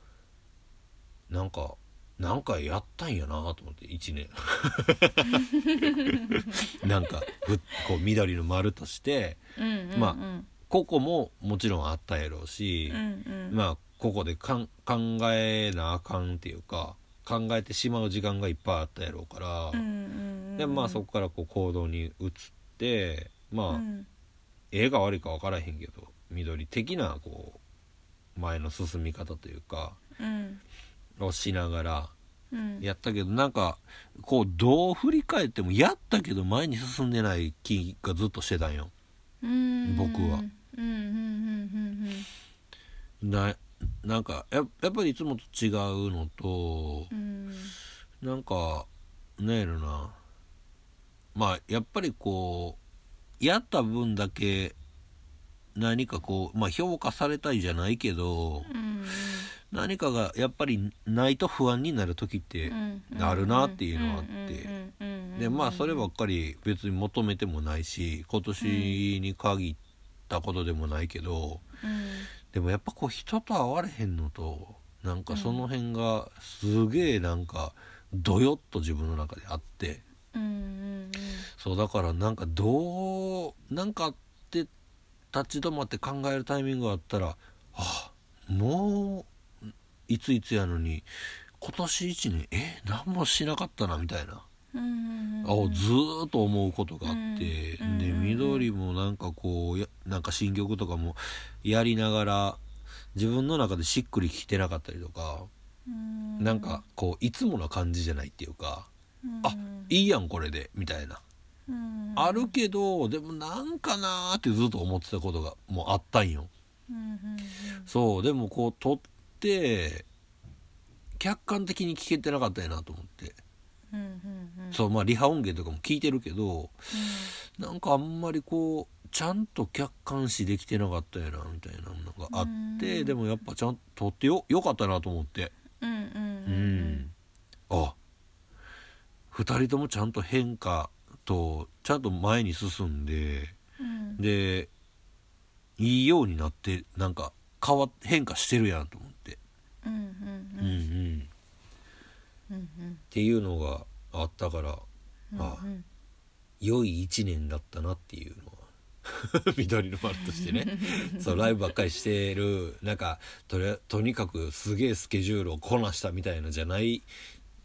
Speaker 1: なんか何回やったんやなと思って1年 なんかふこう緑の丸として
Speaker 2: うんうん
Speaker 1: まあ
Speaker 2: うん
Speaker 1: ここももちろんあったやろうし
Speaker 2: う、んうん
Speaker 1: まあここでかん考えなあかんっていうか考えてしまう時間がいっぱいあったやろうから、
Speaker 2: うんうん
Speaker 1: でまあそ
Speaker 2: っ
Speaker 1: こからこう行動に移ってまあ、
Speaker 2: うん
Speaker 1: 絵が悪いか分からへんけど緑的なこう前の進み方というか
Speaker 2: うん
Speaker 1: をしながら
Speaker 2: ううん
Speaker 1: やったけどなんかこうどう振り返ってもやったけど前に進んでない気がずっとしてたんよ
Speaker 2: うん
Speaker 1: 僕は
Speaker 2: うんうんうん
Speaker 1: ななんかややっぱりいつもと違うのと
Speaker 2: うんうんうん
Speaker 1: なんかなんやろなまあやっぱりこうやった分だけ何かこうまあ評価されたいじゃないけど
Speaker 2: うん
Speaker 1: 何かがやっぱりないと不安になる時って
Speaker 2: うんうん
Speaker 1: なるなっていうのはあって。
Speaker 2: うんうんうんうん
Speaker 1: でまあそればっかり別に求めてもないし今年に限ったことでもないけど、
Speaker 2: うん
Speaker 1: でもやっぱこう人と会われへんのとなんかその辺がすげえなんかどよっと自分の中であって
Speaker 2: うん
Speaker 1: そうだからなんかどうなんかあって立ち止まって考えるタイミングがあったらあもういついつやのに今年一年え何もしなかったなみたいな。
Speaker 2: うんうんうん
Speaker 1: をずーっと思うことがあって、
Speaker 2: うん
Speaker 1: で
Speaker 2: うんうん
Speaker 1: 緑もなんかこうやなんか新曲とかもやりながら自分の中でしっくりきてなかったりとか、
Speaker 2: うん
Speaker 1: なんかこういつもの感じじゃないっていうか、
Speaker 2: うん
Speaker 1: あいいやんこれでみたいな、
Speaker 2: うん
Speaker 1: あるけどでもなんかなーってずっと思ってたことがもうあったんよ。
Speaker 2: うんうん
Speaker 1: そうでもこう撮って客観的に聞けてなかったよなと思って、
Speaker 2: うんうんうん
Speaker 1: そうまあリハ音源とかも聞いてるけど、なんかあんまりこうちゃんと客観視できてなかったよなみたいなのがあって、
Speaker 2: うん
Speaker 1: でもやっぱちゃんと撮ってよよかったなと思って
Speaker 2: うんう
Speaker 1: う
Speaker 2: んうん
Speaker 1: あ2人ともちゃんと変化とちゃんと前に進んで
Speaker 2: うん
Speaker 1: でいいようになってなんか変わっ変化してるやんと思って、
Speaker 2: うんうん
Speaker 1: う
Speaker 2: うん
Speaker 1: うん、っ
Speaker 2: うんうん
Speaker 1: ていうのがあったから
Speaker 2: うん
Speaker 1: あ
Speaker 2: うんうん
Speaker 1: 良い1年だったなっていうのは 緑の丸として ねそうライブばっかりしてるなんかとりあとにかくすげえスケジュールをこなしたみたいなじゃない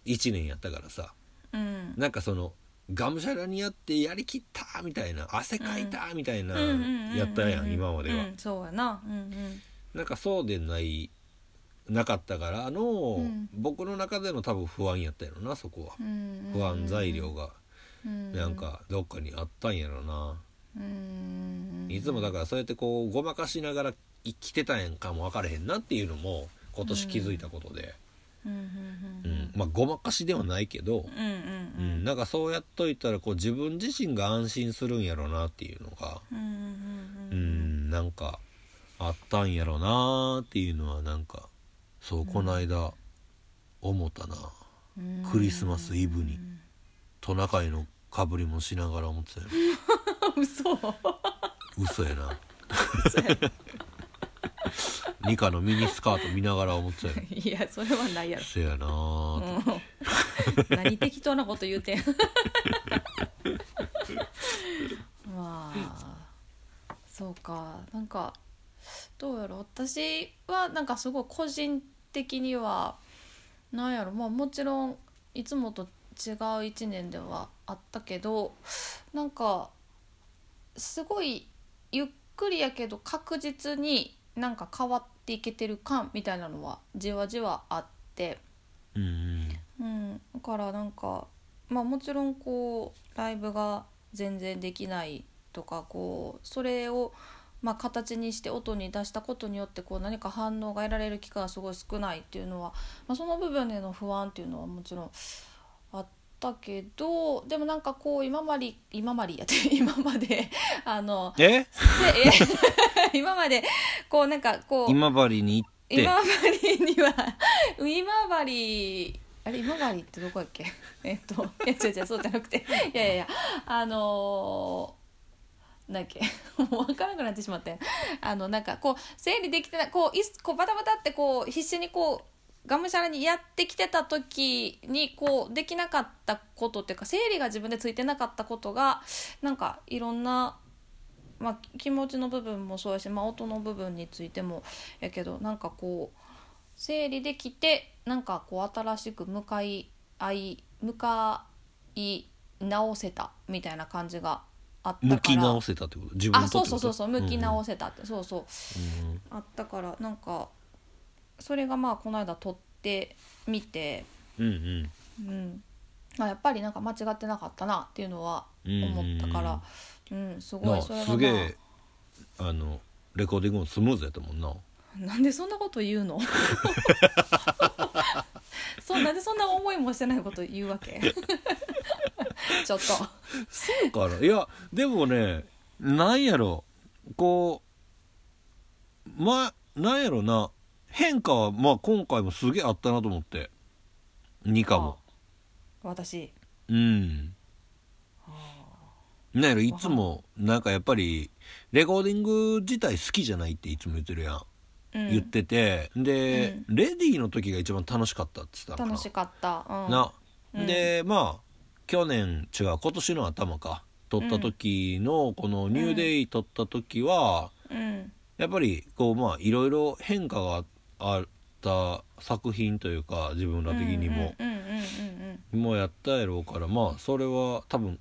Speaker 1: 1年やったからさ
Speaker 2: うん
Speaker 1: なんかそのがむしゃらにやってやりきったみたいな汗かいたみたいな
Speaker 2: うんうんうん
Speaker 1: やったやん今までは
Speaker 2: うんそうやなうん
Speaker 1: なんかそうでないなかったからの
Speaker 2: うん
Speaker 1: 僕の中での多分不安やったやろなそこは
Speaker 2: うんうん
Speaker 1: 不安材料が
Speaker 2: うん
Speaker 1: なんかどっかにあったんやろな
Speaker 2: うん
Speaker 1: いつもだからそうやってこうごまかしながら生きてたんやんかも分からへんなっていうのも今年気づいたことで、
Speaker 2: うんうん
Speaker 1: うんまあごまかしではないけど、
Speaker 2: うんうん
Speaker 1: う
Speaker 2: うん
Speaker 1: ん、なんかそうやっといたらこう自分自身が安心するんやろなっていうのが、
Speaker 2: うん
Speaker 1: う
Speaker 2: うんうん
Speaker 1: ん、なんかあったんやろなっていうのはなんかそうこないだ思ったな、
Speaker 2: うん
Speaker 1: クリスマスイブにトナカイのかぶりもしながら思ってたよ
Speaker 2: 嘘
Speaker 1: 嘘やなニカのミニスカート見ながら思ってたよ
Speaker 2: いやそれはないやろ
Speaker 1: せやなーって、
Speaker 2: うん 何適当なこと言うてん まあそうかなんかどうやろ私はなんかすごい個人的にはなんやろまあもちろんいつもと違う一年ではあったけどなんかすごいゆっくりやけど確実になんか変わっていけてる感みたいなのはじわじわあって。
Speaker 1: うんうん
Speaker 2: うん、だからなんか、まあ、もちろんこうライブが全然できないとかこうそれをまあ形にして音に出したことによってこう何か反応が得られる期間がすごい少ないっていうのは、まあ、その部分での不安っていうのはもちろんあったけどでもなんかこう今まで今までやって今まであの
Speaker 1: え
Speaker 2: せ 今までこうなんかこう
Speaker 1: 今治に行って
Speaker 2: 今治には今治あれ今治ってどこやっけ えっといや違う違うそうじゃなくていやいやいやあのー、なんだっけ もう分からなくなってしまってあのなんかこう整理できてないこういすこうバタバタってこう必死にこうがむしゃらにやってきてた時にこうできなかったことっていうか整理が自分でついてなかったことがなんかいろんなまあ、気持ちの部分もそうやし、まあ、音の部分についてもやけどなんかこう整理できてなんかこう新しく向かい合い向かい直せたみたいな感じがあったから
Speaker 1: 向き直せたってこと自分と
Speaker 2: あ
Speaker 1: ってこと
Speaker 2: そうそうそうそう向き直
Speaker 1: せ、
Speaker 2: せたって、そうそう
Speaker 1: うん
Speaker 2: あったからなんかそれがまあこの間撮ってみて
Speaker 1: うんうん
Speaker 2: うん、あやっぱりなんか間違ってなかったなっていうのは思ったから、うんすご
Speaker 1: ないあ
Speaker 2: それが、まあ、
Speaker 1: すげえあのレコーディングもスムーズやったもんな
Speaker 2: なんでそんなこと言うの そうなんでそんな思いもしてないこと言うわけ ちょっと
Speaker 1: そうかないやでもねなんやろこうまあなんやろな変化はまあ今回もすげえあったなと思って2かも
Speaker 2: 私
Speaker 1: うんなんやろいつもなんかやっぱりレコーディング自体好きじゃないっていつも言ってるやん、
Speaker 2: うん
Speaker 1: 言っててで、レディーの時が一番楽しかったって言ってたんかな
Speaker 2: 楽しかった、うん、
Speaker 1: な、
Speaker 2: うん
Speaker 1: でまあ去年違う今年の頭か撮った時の、この「ニューデイ撮った時は、
Speaker 2: うん
Speaker 1: やっぱりこうまあいろいろ変化があった作品というか自分ら的にも、
Speaker 2: うんうんうんうん
Speaker 1: もうやったやろうからまあそれは多分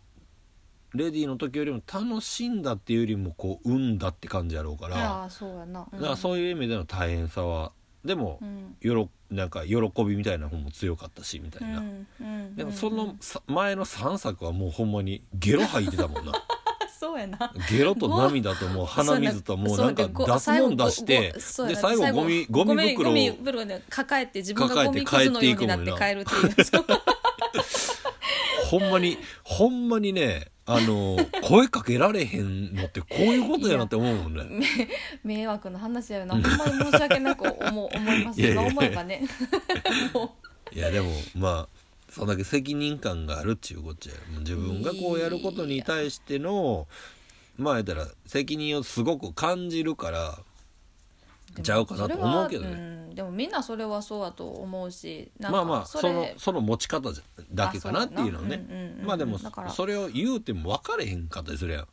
Speaker 1: レディーの時よりも楽しんだっていうよりもこう運だって感じやろうか
Speaker 2: うん
Speaker 1: ら,、
Speaker 2: ああそうやな、うん、
Speaker 1: だからそういう意味での大変さはでも、
Speaker 2: うん
Speaker 1: よろなんか喜びみたいな方も強かったしみた
Speaker 2: う
Speaker 1: いな。
Speaker 2: んうん
Speaker 1: でもそのさ前の3作はもうほんまにゲロ吐いてたもんな
Speaker 2: あそうやな
Speaker 1: ゲロと涙ともう鼻水ともうなんか出すもん出してで
Speaker 2: そうやな
Speaker 1: 最後ゴミゴミ袋
Speaker 2: ゴ
Speaker 1: を
Speaker 2: ミ袋に抱えて自分が
Speaker 1: 抱え
Speaker 2: ゴ
Speaker 1: て
Speaker 2: ミくずのようになって
Speaker 1: 帰
Speaker 2: 帰るっていうそう
Speaker 1: ほんまにほんまにねあの声かけられへんのってこういうことやなって思うもん ね
Speaker 2: 迷惑な話やよなほんまに申し訳なく思う思います
Speaker 1: いやいやいや
Speaker 2: 今思えばねも
Speaker 1: いやでもまあそんだけ責任感があるっちゅうこっちゃよもう自分がこうやることに対してのまあ言ったら責任をすごく感じるから
Speaker 2: う
Speaker 1: ちゃうかなと思うけどね
Speaker 2: それはんでもみんなそれはそうだと思うしなん
Speaker 1: ま
Speaker 2: か
Speaker 1: あまあそ
Speaker 2: れ
Speaker 1: のその持ち方じゃだけかなっていうのはね
Speaker 2: あそうやなうんうんうん
Speaker 1: まあでも
Speaker 2: だから
Speaker 1: それを言うても分かれへんかったりするやん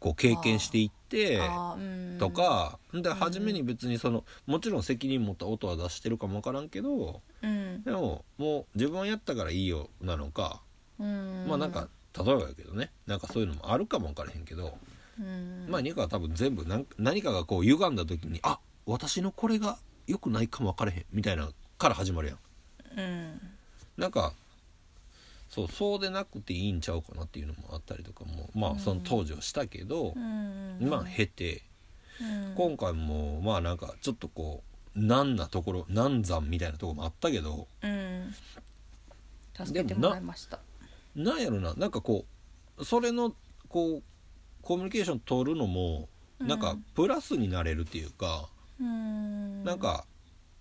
Speaker 1: こう経験していって
Speaker 2: あーうん
Speaker 1: とかで初めに別にそのもちろん責任持った音は出してるかも分からんけど
Speaker 2: うん
Speaker 1: でももう自分はやったからいいよなのか
Speaker 2: うん
Speaker 1: まあなんか例えばやけどねなんかそういうのもあるかも分からへんけど
Speaker 2: うん
Speaker 1: まあニカは多分全部何何かがこう歪んだ時にあ私のこれが良くないかも分からへんみたいなから始まるやん。
Speaker 2: うん
Speaker 1: なんかそうそうでなくていいんちゃうかなっていうのもあったりとかもまあその当時はしたけど
Speaker 2: う、ん
Speaker 1: まあ経て
Speaker 2: うん
Speaker 1: 今回もまあなんかちょっとこう難なところ難産みたいなところもあったけど
Speaker 2: うん助けてもらいました
Speaker 1: なんやろななんかこうそれのこうコミュニケーション取るのもなん
Speaker 2: う
Speaker 1: か
Speaker 2: ん
Speaker 1: プラスになれるっていうか、
Speaker 2: うん
Speaker 1: なんか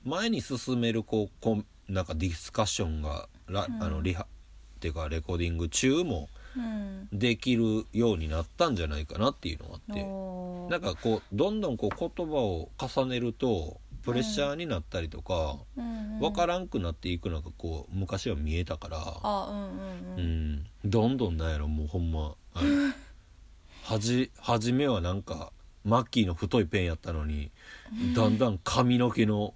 Speaker 1: 前に進めるこうこんなんかディスカッションがら、
Speaker 2: うん
Speaker 1: あのリハっていうかレコーディング中も、
Speaker 2: うん
Speaker 1: できるようになったんじゃないかなっていうのがあって
Speaker 2: おー
Speaker 1: なんかこうどんどんこう言葉を重ねるとプレッシャーになったりとか、
Speaker 2: うんうん
Speaker 1: 分からんくなっていくのがこう昔は見えたから、
Speaker 2: あうんうん
Speaker 1: う
Speaker 2: うん
Speaker 1: ん、どんどんなんやろもうほんまあのはじ初めはなんかマッキーの太いペンやったのにだんだん髪の毛の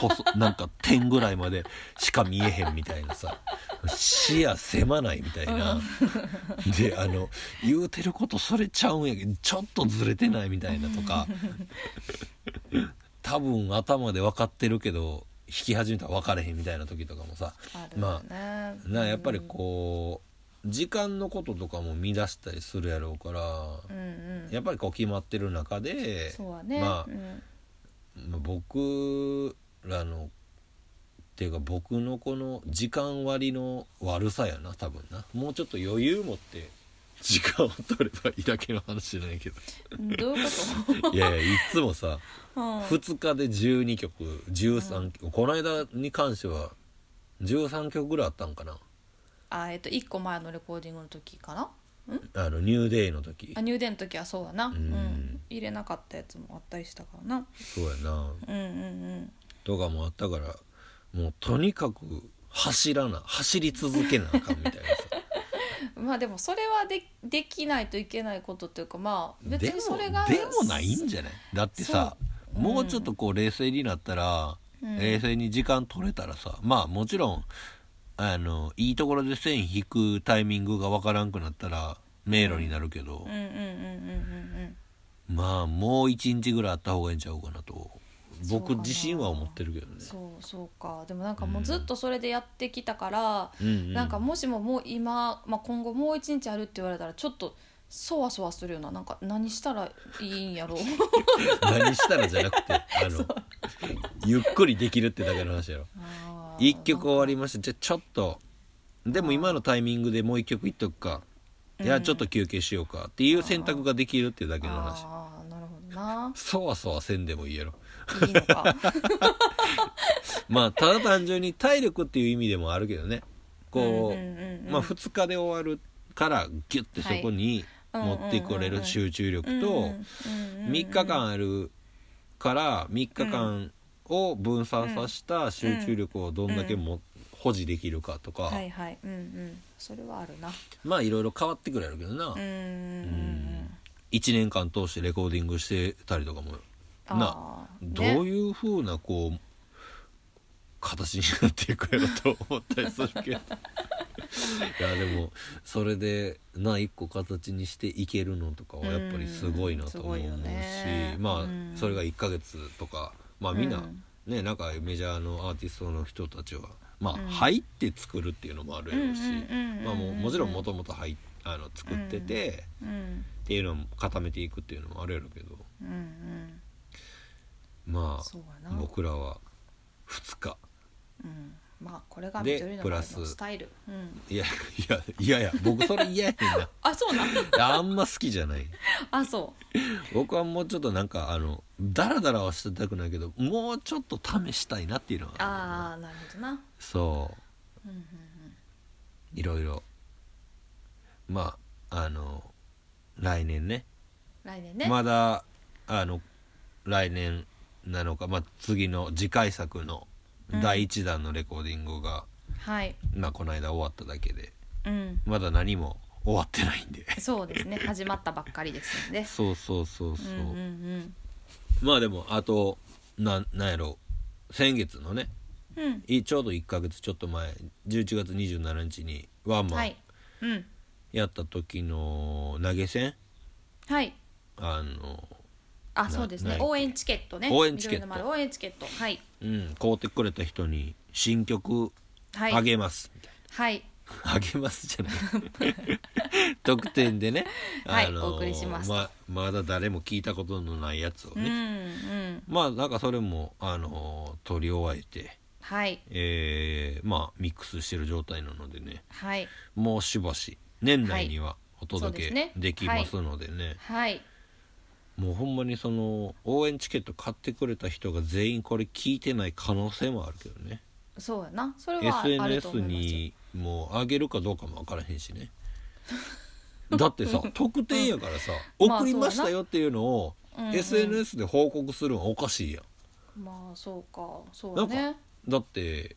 Speaker 1: 細なんか点ぐらいまでしか見えへんみたいなさ視野狭ないみたいな、であの言うてることそれちゃうんやけどちょっとずれてないみたいなとか多分頭で分かってるけど弾き始めたら分かれへんみたいな時とかもさ
Speaker 2: あるよね
Speaker 1: なやっぱりこう時間のこととかも見出したりするやろうから
Speaker 2: うんうん
Speaker 1: やっぱりこう決まってる中で、
Speaker 2: そうはね
Speaker 1: まあ
Speaker 2: うん
Speaker 1: まあ僕らのっていうか僕のこの時間割の悪さやな多分なもうちょっと余裕持 って時間を取ればいいだけの話じゃないけど
Speaker 2: どういうこ
Speaker 1: いやいやいっつもさ
Speaker 2: とうん
Speaker 1: 2日で12曲13曲、この間に関しては13曲ぐらいあったんかな
Speaker 2: あえっと1個前のレコーディングの時かな
Speaker 1: あのニューデイの時
Speaker 2: あ入電の時はそうだな、うん
Speaker 1: ん
Speaker 2: 入れなかったやつもあったりしたからな
Speaker 1: そうやな
Speaker 2: うんうん
Speaker 1: とかもあったからもうとにかく走らな走り続けなあかんみたいなさ
Speaker 2: うんまあでもそれはでできないといけないことっていうかまあ 別
Speaker 1: で
Speaker 2: にそれが
Speaker 1: もでもないんじゃないだってさ
Speaker 2: そう
Speaker 1: もうちょっとこう冷静になったら、
Speaker 2: うん
Speaker 1: 冷静に時間取れたらさまあもちろんあのいいところで線引くタイミングがわからんくなったら迷路になるけど
Speaker 2: うん、うんうんうんうんうん
Speaker 1: まあもう一日ぐらいあった方がいいんちゃうかなと
Speaker 2: そうか
Speaker 1: 僕
Speaker 2: な
Speaker 1: 自身は思ってるけどね
Speaker 2: そうそうかでもなんかもうずっとそれでやってきたから、
Speaker 1: うんうん
Speaker 2: なんかもしももう今、まあ、今後もう一日あるって言われたらちょっとそわそわするようななんか何したらいいんやろう
Speaker 1: 何したらじゃなくてあのゆっくりできるってだけの話やろ
Speaker 2: あー
Speaker 1: 一曲終わりましたじゃあちょっとでも今のタイミングでもう一曲いっとくかいやちょっと休憩しようかっていう選択ができるっていうだけの話
Speaker 2: あーなるほどな
Speaker 1: そわそわせんでもいいやろ
Speaker 2: いいのか
Speaker 1: まあただ単純に体力っていう意味でもあるけどね こ
Speaker 2: うんうんうんう
Speaker 1: うんまあ2日で終わるからギュッてそこに
Speaker 2: はい
Speaker 1: 持ってこれ
Speaker 2: うんうんうんうん
Speaker 1: る集中力
Speaker 2: うんう
Speaker 1: と
Speaker 2: んうんうん
Speaker 1: 3日間あるから3日間を分散させた集中力をどんだけも保持できるかとか
Speaker 2: はいはいうんうんそれはあるな
Speaker 1: まあいろいろ変わってくれるけどな
Speaker 2: うんうんう
Speaker 1: うんん1年間通してレコーディングしてたりとかもな
Speaker 2: あー
Speaker 1: どう
Speaker 2: ね
Speaker 1: いうふうなこう形になっていくやろと思ったりす るけどいやでもそれでな一個形にしていけるのとかはやっぱりすごいなとも思うし、
Speaker 2: うんすごいよね
Speaker 1: まあ、
Speaker 2: うん
Speaker 1: それが1ヶ月とかまあみんな、
Speaker 2: うん
Speaker 1: ねなんかメジャーのアーティストの人たちはまあ、
Speaker 2: うん
Speaker 1: 入って作るっていうのもあるやろうし
Speaker 2: うんうんうんうんうん
Speaker 1: まあもうもちろんもともと入っあの作ってて。
Speaker 2: うん
Speaker 1: っていうのも固めていくっていうのもあるやろうけど
Speaker 2: うんうん
Speaker 1: ま
Speaker 2: そうや
Speaker 1: あ
Speaker 2: な
Speaker 1: 僕らは2日
Speaker 2: うんまあこれが
Speaker 1: で
Speaker 2: 緑の
Speaker 1: プ
Speaker 2: 丸
Speaker 1: ラ
Speaker 2: の
Speaker 1: ス
Speaker 2: スタイル、うん、
Speaker 1: いやいやいやいや僕それ嫌やねんな
Speaker 2: あそうなん
Speaker 1: あんま好きじゃない
Speaker 2: あそう
Speaker 1: 僕はもうちょっとなんかあのダラダラはしてたくないけどもうちょっと試したいなっていうのは
Speaker 2: ああなるほどな、
Speaker 1: そ
Speaker 2: うんうん
Speaker 1: ういろいろまああの来年ね
Speaker 2: 来年ね、
Speaker 1: まだあの来年なのか、まあ、次の次回作の第1弾のレコーディングが、
Speaker 2: はい
Speaker 1: まあこの間終わっただけで
Speaker 2: うん
Speaker 1: まだ何も終わってないんで
Speaker 2: そうですね始まったばっかりですので
Speaker 1: そうそうそうそう、
Speaker 2: うんうんうん
Speaker 1: まあでもあとなんなんやろ先月のね
Speaker 2: うん
Speaker 1: いちょうど1ヶ月ちょっと前11月27日にワンマ
Speaker 2: は
Speaker 1: ン
Speaker 2: いうん
Speaker 1: やった時の投げ銭、
Speaker 2: はい
Speaker 1: あの
Speaker 2: あ
Speaker 1: な
Speaker 2: そうですね
Speaker 1: ない
Speaker 2: 応援チケットね
Speaker 1: 応援チケット
Speaker 2: 緑の丸応援チケットはい
Speaker 1: うん買うてくれた人に新曲
Speaker 2: はい
Speaker 1: あげます、みたい
Speaker 2: はい
Speaker 1: な あげますじゃない 特典でね、
Speaker 2: はい
Speaker 1: あの
Speaker 2: お送りしますと
Speaker 1: ままだ誰も聞いたことのないやつを
Speaker 2: うん
Speaker 1: ね、
Speaker 2: うん
Speaker 1: まあなんかそれも、あのー取り終えて、
Speaker 2: はい
Speaker 1: えーまあミックスしてる状態なのでね
Speaker 2: はい
Speaker 1: もうしばし年内にはお
Speaker 2: そう
Speaker 1: 届
Speaker 2: ですね
Speaker 1: けできますのでね,、
Speaker 2: はい
Speaker 1: もうほんまにその応援チケット買ってくれた人が全員これ聞いてない可能性もあるけどね
Speaker 2: そうやなそれはある
Speaker 1: SNS
Speaker 2: と思いますよ
Speaker 1: にもうあげるかどうかも分からへんしね だってさ特典やからさ、
Speaker 2: うんまあ
Speaker 1: 送りましたよっていうのを、
Speaker 2: うんうん
Speaker 1: SNS で報告するのはおかしいやん
Speaker 2: まあそうかそう
Speaker 1: な
Speaker 2: だ
Speaker 1: んか
Speaker 2: ね
Speaker 1: だって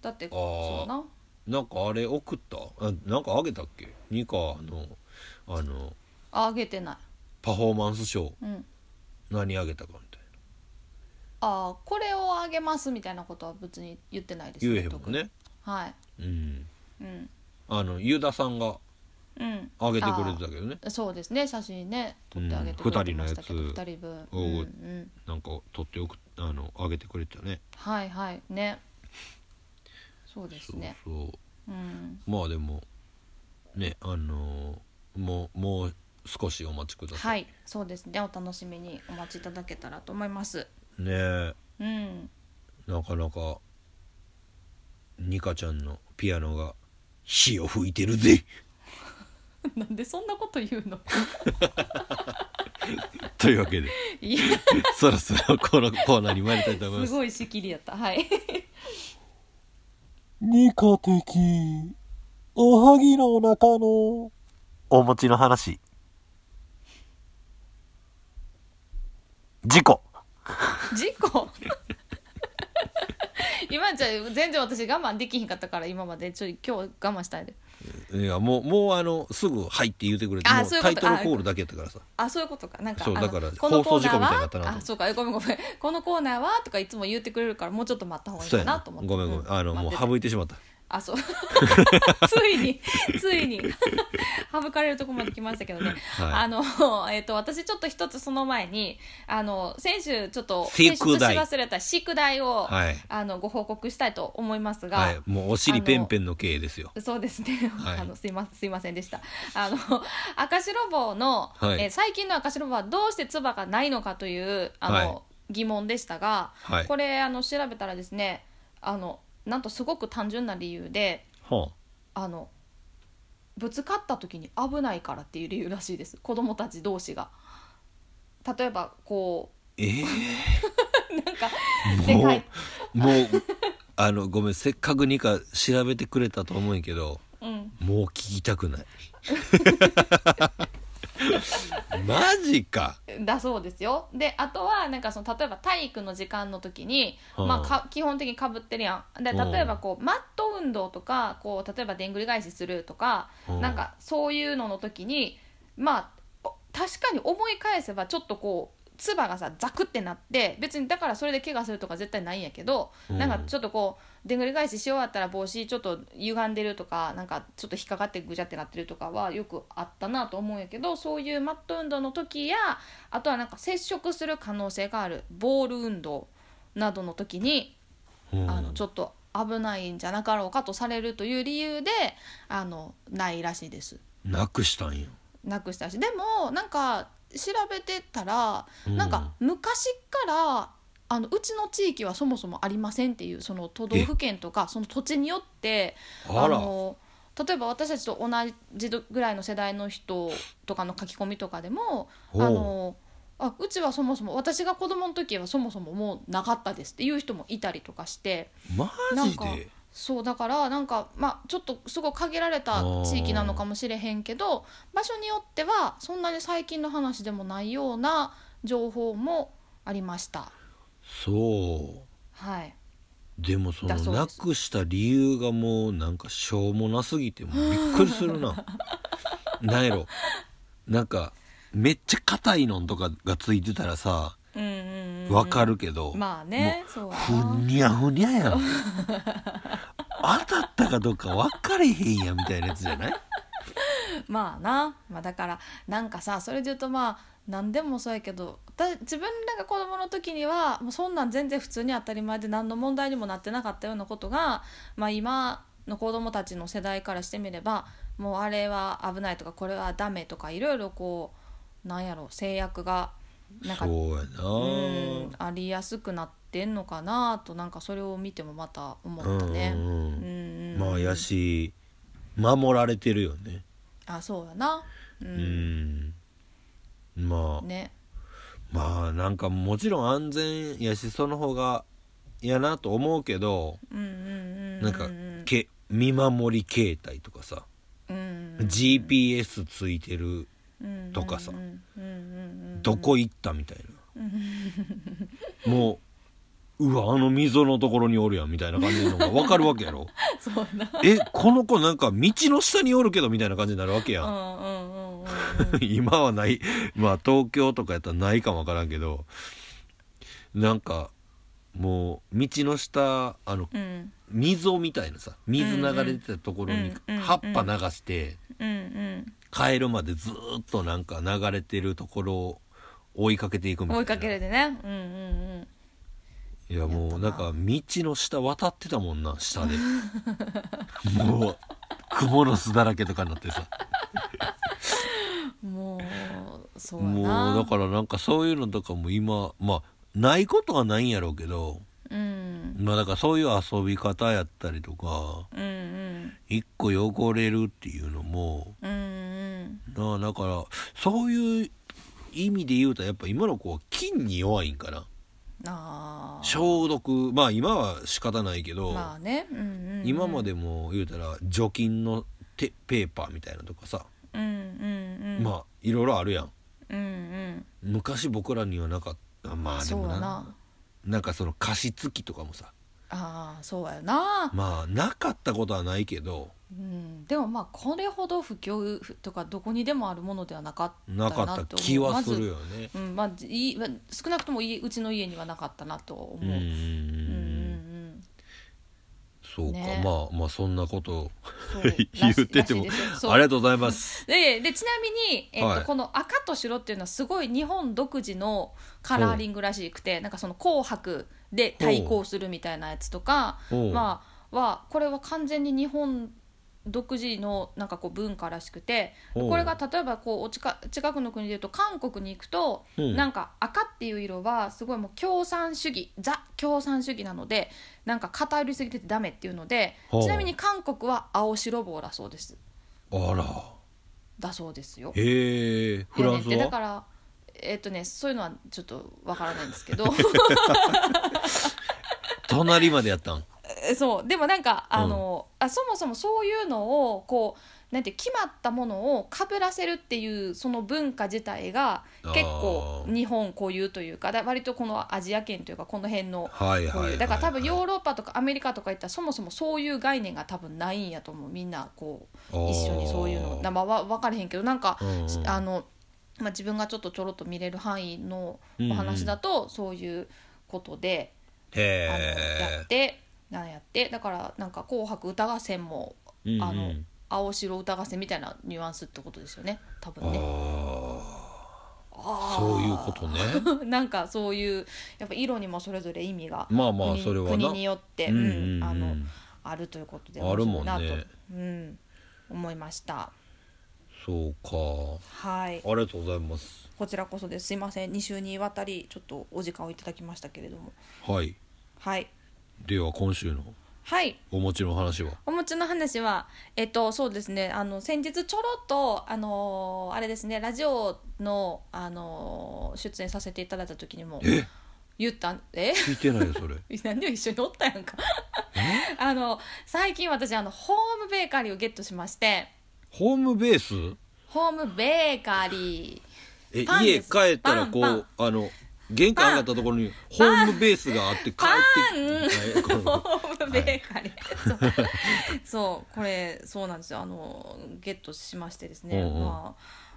Speaker 2: だって
Speaker 1: あー
Speaker 2: そうだな
Speaker 1: なんかあれ送ったあなんかあげたっけニカのあの
Speaker 2: ああげてな
Speaker 1: パフォーマンスショー
Speaker 2: いうん
Speaker 1: 何あげたかみたいな
Speaker 2: ああこれをあげますみたいなことは別に言ってないです
Speaker 1: 言えへんもん
Speaker 2: 特に
Speaker 1: ね
Speaker 2: はい
Speaker 1: うん
Speaker 2: うん
Speaker 1: あのユダさんが
Speaker 2: うん
Speaker 1: あげてくれてたけどね
Speaker 2: あそうですね写真ね撮ってあげてくれてましたけど、
Speaker 1: うん
Speaker 2: 2人分
Speaker 1: お
Speaker 2: う
Speaker 1: うん
Speaker 2: うん
Speaker 1: なんか取っておくあのあげてくれてたね
Speaker 2: はいはいねそうですね
Speaker 1: そう
Speaker 2: うん
Speaker 1: そうまあでもねあのーもうもう少しお待ちくださ、
Speaker 2: はいいそうですねお楽しみにお待ちいただけたらと思います
Speaker 1: ねえ
Speaker 2: うん
Speaker 1: なかなかニカちゃんのピアノが火を吹いてるぜ
Speaker 2: なんでそんなこと言うの
Speaker 1: というわけで
Speaker 2: いや
Speaker 1: そろそろこのコーナーに参りたいと思いますす。
Speaker 2: ごい仕切りやったはい
Speaker 3: ニカ的、おはぎの中の、
Speaker 1: お餅の話。事故。
Speaker 2: 事故 今じゃ全然私我慢できひんかったから今までちょい今日我慢したいで
Speaker 1: いや、もう、もうあの、すぐ入って言うてくれて、
Speaker 2: あ
Speaker 1: もう
Speaker 2: そういうこ
Speaker 1: タイ
Speaker 2: と
Speaker 1: トルコールだけやったからさ。
Speaker 2: あそういうことかなんか
Speaker 1: そう
Speaker 2: あの
Speaker 1: だから
Speaker 2: このコ
Speaker 1: 放
Speaker 2: ー
Speaker 1: 送事故みた
Speaker 2: ナー
Speaker 1: いに
Speaker 2: は
Speaker 1: なったなと思
Speaker 2: あ
Speaker 1: って
Speaker 2: そうかえごめんごめんこのコーナーはとかいつも言うてくれるからもうちょっと待った方がいい
Speaker 1: そう
Speaker 2: か
Speaker 1: や
Speaker 2: な
Speaker 1: な。
Speaker 2: と思って
Speaker 1: ごめんごめん。あの、もう
Speaker 2: ハ
Speaker 1: 省いてしまった。
Speaker 2: あそう ついについに 省かれるとこまで来ましたけどね、
Speaker 1: は
Speaker 2: あの、えっと私ちょっと一つその前にあの先週ちょっと
Speaker 1: 宿題
Speaker 2: 提出し忘れた宿題を、
Speaker 1: はい
Speaker 2: あのご報告したいと思いますが、
Speaker 1: はい、もうお尻ペンペンの経営ですよ
Speaker 2: そうですね、
Speaker 1: はい
Speaker 2: あのすいませんませんでしたあの赤白棒の、
Speaker 1: はい
Speaker 2: えー最近の赤白棒はどうして唾がないのかというあの、
Speaker 1: はい
Speaker 2: 疑問でしたが、
Speaker 1: はい
Speaker 2: これあの調べたらですねあのなんとすごく単純な理由で
Speaker 1: は
Speaker 2: あのぶつかった時に危ないからっていう理由らしいです子供たち同士が。例えばこ
Speaker 1: あえー
Speaker 2: う なんかで
Speaker 1: も
Speaker 2: か
Speaker 1: う
Speaker 2: い、
Speaker 1: もう、あの、ごめん、せっかくニカ調べてくれたと思うんやけど、
Speaker 2: うん、
Speaker 1: もう聞きたく ない。マジか。
Speaker 2: だそうですよであとはなんかその例えば体育の時間の時に、
Speaker 1: はあ
Speaker 2: まあ、か基本的にかぶってるやんで
Speaker 1: はあ
Speaker 2: 例えばこうマット運動とかこう例えばでんぐり返しするとか、
Speaker 1: はあ
Speaker 2: なんかそういうのの時にまあお確かに思い返せばちょっとこう唾がさザクってなって別にだからそれで怪我するとか絶対ないんやけど、
Speaker 1: うん
Speaker 2: なんかちょっとこうでんぐり返しし終わったら帽子ちょっと歪んでるとかなんかちょっと引っかかってぐちゃってなってるとかはよくあったなと思うんやけどそういうマット運動の時やあとはなんか接触する可能性があるボール運動などの時に
Speaker 1: うん
Speaker 2: あのちょっと危ないんじゃなかろうかとされるという理由であのないらしいです。
Speaker 1: なくしたんよ。
Speaker 2: なくしたしでもなんか調べてたら、
Speaker 1: うん
Speaker 2: なんか昔からあのうちの地域はそもそもありませんっていうその都道府県とかその土地によって
Speaker 1: あら。
Speaker 2: の例えば私たちと同じぐらいの世代の人とかの書き込みとかでもあ
Speaker 1: ほう
Speaker 2: のあうちはそもそも私が子供の時はそもそももうなかったですっていう人もいたりとかして。
Speaker 1: マ
Speaker 2: なん
Speaker 1: ジ
Speaker 2: か
Speaker 1: で。
Speaker 2: そうだからなんかまあちょっとすごい限られた地域なのかもしれへんけど場所によってはそんなに最近の話でもないような情報もありました
Speaker 1: そう。
Speaker 2: はい
Speaker 1: でもその
Speaker 2: だそう
Speaker 1: な
Speaker 2: です
Speaker 1: くした理由がもうなんかしょうもなすぎてもうびっくりする ななんやろなんかめっちゃ硬いのんとかがついてたらさ
Speaker 2: うんうんうん
Speaker 1: わかるけど、
Speaker 2: まあねそうや
Speaker 1: ふ
Speaker 2: な
Speaker 1: にゃふにゃやん当たったかどうか分かれへんやんみたいなやつじゃない
Speaker 2: まあな、まあ、だからなんかさそれで言うとまあ何でもそうやけど私自分らが子供の時にはもうそんなん全然普通に当たり前で何の問題にもなってなかったようなことが、まあ、今の子供たちの世代からしてみればもうあれは危ないとかこれはダメとかいろいろこうなんやろ制約がなんか
Speaker 1: そうや
Speaker 2: うん
Speaker 1: な
Speaker 2: ありやすくなってんのかなとなんかそれを見てもまた思ったね。
Speaker 1: うんうんうん
Speaker 2: うんうん
Speaker 1: まあやし守られてるよね
Speaker 2: あそうやな、う
Speaker 1: うんん、まあ
Speaker 2: ね
Speaker 1: まあなんかもちろん安全やしその方がやなと思うけど
Speaker 2: うんうんうんうん
Speaker 1: なんかけ見守り携帯とかさ、
Speaker 2: うん、
Speaker 1: GPS ついてるとかさ
Speaker 2: うんうんうん
Speaker 1: どこ行ったみたいな、 もううわあの溝のところにおるやんみたいな感じのが分かるわけやろ
Speaker 2: そうやな
Speaker 1: えこの子なんか道の下におるけどみたいな感じになるわけやん、
Speaker 2: うんうんうんうん
Speaker 1: 今はないまあ東京とかやったらないかも分からんけどなんかもう道の下あの
Speaker 2: うん
Speaker 1: 溝みたいなさ水流れてたところに
Speaker 2: うんうん
Speaker 1: 葉っぱ流して
Speaker 2: うんうん
Speaker 1: 帰るまでずーっとなんか流れてるところを追いかけていくみたいな
Speaker 2: 追いかけるでねうんうん
Speaker 1: いやもうなんか道の下渡ってたもんな下で もう雲の巣だらけとかになってさ
Speaker 2: うんもうそうやな
Speaker 1: もうだからなんかそういうのとかも今まあないことはないんやろうけど
Speaker 2: うん
Speaker 1: まあだからそういう遊び方やったりとか
Speaker 2: うんうん
Speaker 1: 一個汚れるっていうのも
Speaker 2: うんうん
Speaker 1: なあだからそういう意味で言うとやっぱ今の子は菌に弱いんかな
Speaker 2: あー
Speaker 1: 消毒まあ今は仕方ないけど、
Speaker 2: まあねうんうんうん
Speaker 1: 今までも言うたら除菌のてペーパーみたいなとかさ、
Speaker 2: うんうんうん
Speaker 1: まあいろいろあるやん
Speaker 2: うんうん
Speaker 1: 昔僕らにはなかったまあで
Speaker 2: そう
Speaker 1: も
Speaker 2: や
Speaker 1: な
Speaker 2: な
Speaker 1: なんかその加湿器とかもさ
Speaker 2: ああそうやな
Speaker 1: まあなかったことはないけど
Speaker 2: うんでもまあこれほど不況とかどこにでもあるものではなかった
Speaker 1: な
Speaker 2: な
Speaker 1: かった
Speaker 2: と思う
Speaker 1: 気はす
Speaker 2: まず
Speaker 1: るよね。
Speaker 2: うんまあ、いいまあ少なくともいうちの家にはなかったなと
Speaker 1: う
Speaker 2: 思う。
Speaker 1: ん
Speaker 2: うんうんうん
Speaker 1: そうか、
Speaker 2: ね
Speaker 1: まあまあそんなことを
Speaker 2: そう
Speaker 1: 言ってても
Speaker 2: らしいですよ
Speaker 1: ありがとうございます
Speaker 2: ででちなみに、えっと
Speaker 1: はい
Speaker 2: この赤と白っていうのはすごい日本独自のカラーリングらしくて、なんかその「紅白」で対抗するみたいなやつとか、
Speaker 1: うん
Speaker 2: まあ、はこれは完全に日本独自のなんかこう文化らしくて
Speaker 1: うん
Speaker 2: これが例えばこうお近近くの国でいうと韓国に行くと、
Speaker 1: うん
Speaker 2: なんか赤っていう色はすごいもう共産主義ザ共産主義なのでなんか偏りすぎててダメっていうので
Speaker 1: ほう
Speaker 2: ちなみに韓国は青白棒だそうです
Speaker 1: あら
Speaker 2: だそうですよ。
Speaker 1: へえフランス
Speaker 2: いやねでだ
Speaker 1: は
Speaker 2: からえっとねそういうのはちょっとわからないんですけど
Speaker 1: 隣までやったん
Speaker 2: えそうでもなんかあの、あそもそもそういうのをこうなんていう決まったものをかぶらせるっていうその文化自体が結構
Speaker 1: あー
Speaker 2: 日本固有というかだ割とこのアジア圏というかこの辺の。
Speaker 1: はいはい
Speaker 2: こう
Speaker 1: はい、
Speaker 2: い
Speaker 1: は
Speaker 2: う
Speaker 1: い、
Speaker 2: だから多分ヨーロッパとかアメリカとか行ったらそもそもそういう概念が多分ないんやと思うみんなこう一緒にそういうの
Speaker 1: あー
Speaker 2: まあわ分かれへんけどなんか、
Speaker 1: うんうん
Speaker 2: あの、まあ、自分がちょっとちょろっと見れる範囲のお話だと、そういうことで、あのや
Speaker 1: へ
Speaker 2: ってなんやってだからなんか「紅白歌合戦も」
Speaker 1: え
Speaker 2: あの青白歌合戦みたいなニュアンスってことですよね多分
Speaker 1: あ
Speaker 2: ね。
Speaker 1: ーそういうことね
Speaker 2: なんかそういうやっぱ色にもそれぞれ意味が
Speaker 1: まあまあ
Speaker 2: 国
Speaker 1: それはな
Speaker 2: 国によって、
Speaker 1: うんうんうん
Speaker 2: あのあるということで
Speaker 1: あるもんね
Speaker 2: 面白いなと、うん、思いました。
Speaker 1: そうか
Speaker 2: はい
Speaker 1: ありがとうございます
Speaker 2: こちらこそです。すいません、2週にわたりちょっとお時間をいただきましたけれども、
Speaker 1: はい
Speaker 2: はい、
Speaker 1: では今週の
Speaker 2: はい、
Speaker 1: お餅の話は
Speaker 2: お餅の話は、えっと、そうですね、あの先日ちょろっと、あのーあれですね、ラジオの、あのー出演させていただいた時にも
Speaker 1: え
Speaker 2: 言ったん、え
Speaker 1: 聞いてないよそれ
Speaker 2: 何で一緒におったやんか あの最近私あのホームベーカリーをゲットしまして
Speaker 1: ホームベース
Speaker 2: ホームベーカリ
Speaker 1: え
Speaker 2: パン
Speaker 1: 家帰
Speaker 2: です
Speaker 1: ったらこう
Speaker 2: パン
Speaker 1: あの玄関上がったところにホームベースがあって帰ってはいこ
Speaker 2: ーホ
Speaker 1: の
Speaker 2: ームベーカリー、そうそうこれそうなんですよあのゲットしましてですね、
Speaker 1: うんうん
Speaker 2: ま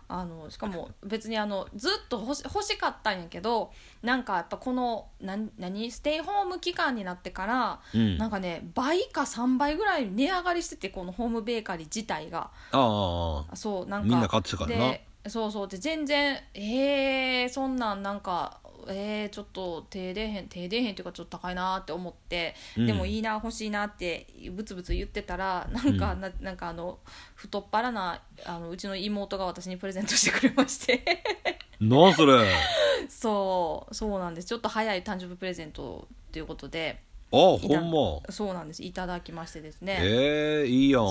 Speaker 2: あ、あのしかも別にあのずっと欲し欲しかったんやけどなんかやっぱこのなん何ステイホーム期間になってから、
Speaker 1: うん
Speaker 2: なんかね倍か3倍ぐらい値上がりしててこのホームベーカリー自体が
Speaker 1: ああ
Speaker 2: そうなんか
Speaker 1: みんな買ってたからな
Speaker 2: でそうそうで全然えー、そんなんなんかえー、ちょっと手出えへん手出えへんっていうかちょっと高いなーって思って、
Speaker 1: うん
Speaker 2: でもいいな欲しいなってブツブツ言ってたらなんか、
Speaker 1: う
Speaker 2: ななんかあの太っ腹なあのうちの妹が私にプレゼントしてくれまして
Speaker 1: なんそれ
Speaker 2: そうそうなんですちょっと早い誕生日プレゼントということで
Speaker 1: あほ
Speaker 2: いた
Speaker 1: んま
Speaker 2: そうなんですいただきましてですね
Speaker 1: えー、いいやん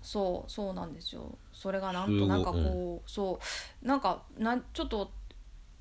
Speaker 2: そうそうなんですよそれがなん
Speaker 1: すごい
Speaker 2: となんかこう、そうなんかなんちょっと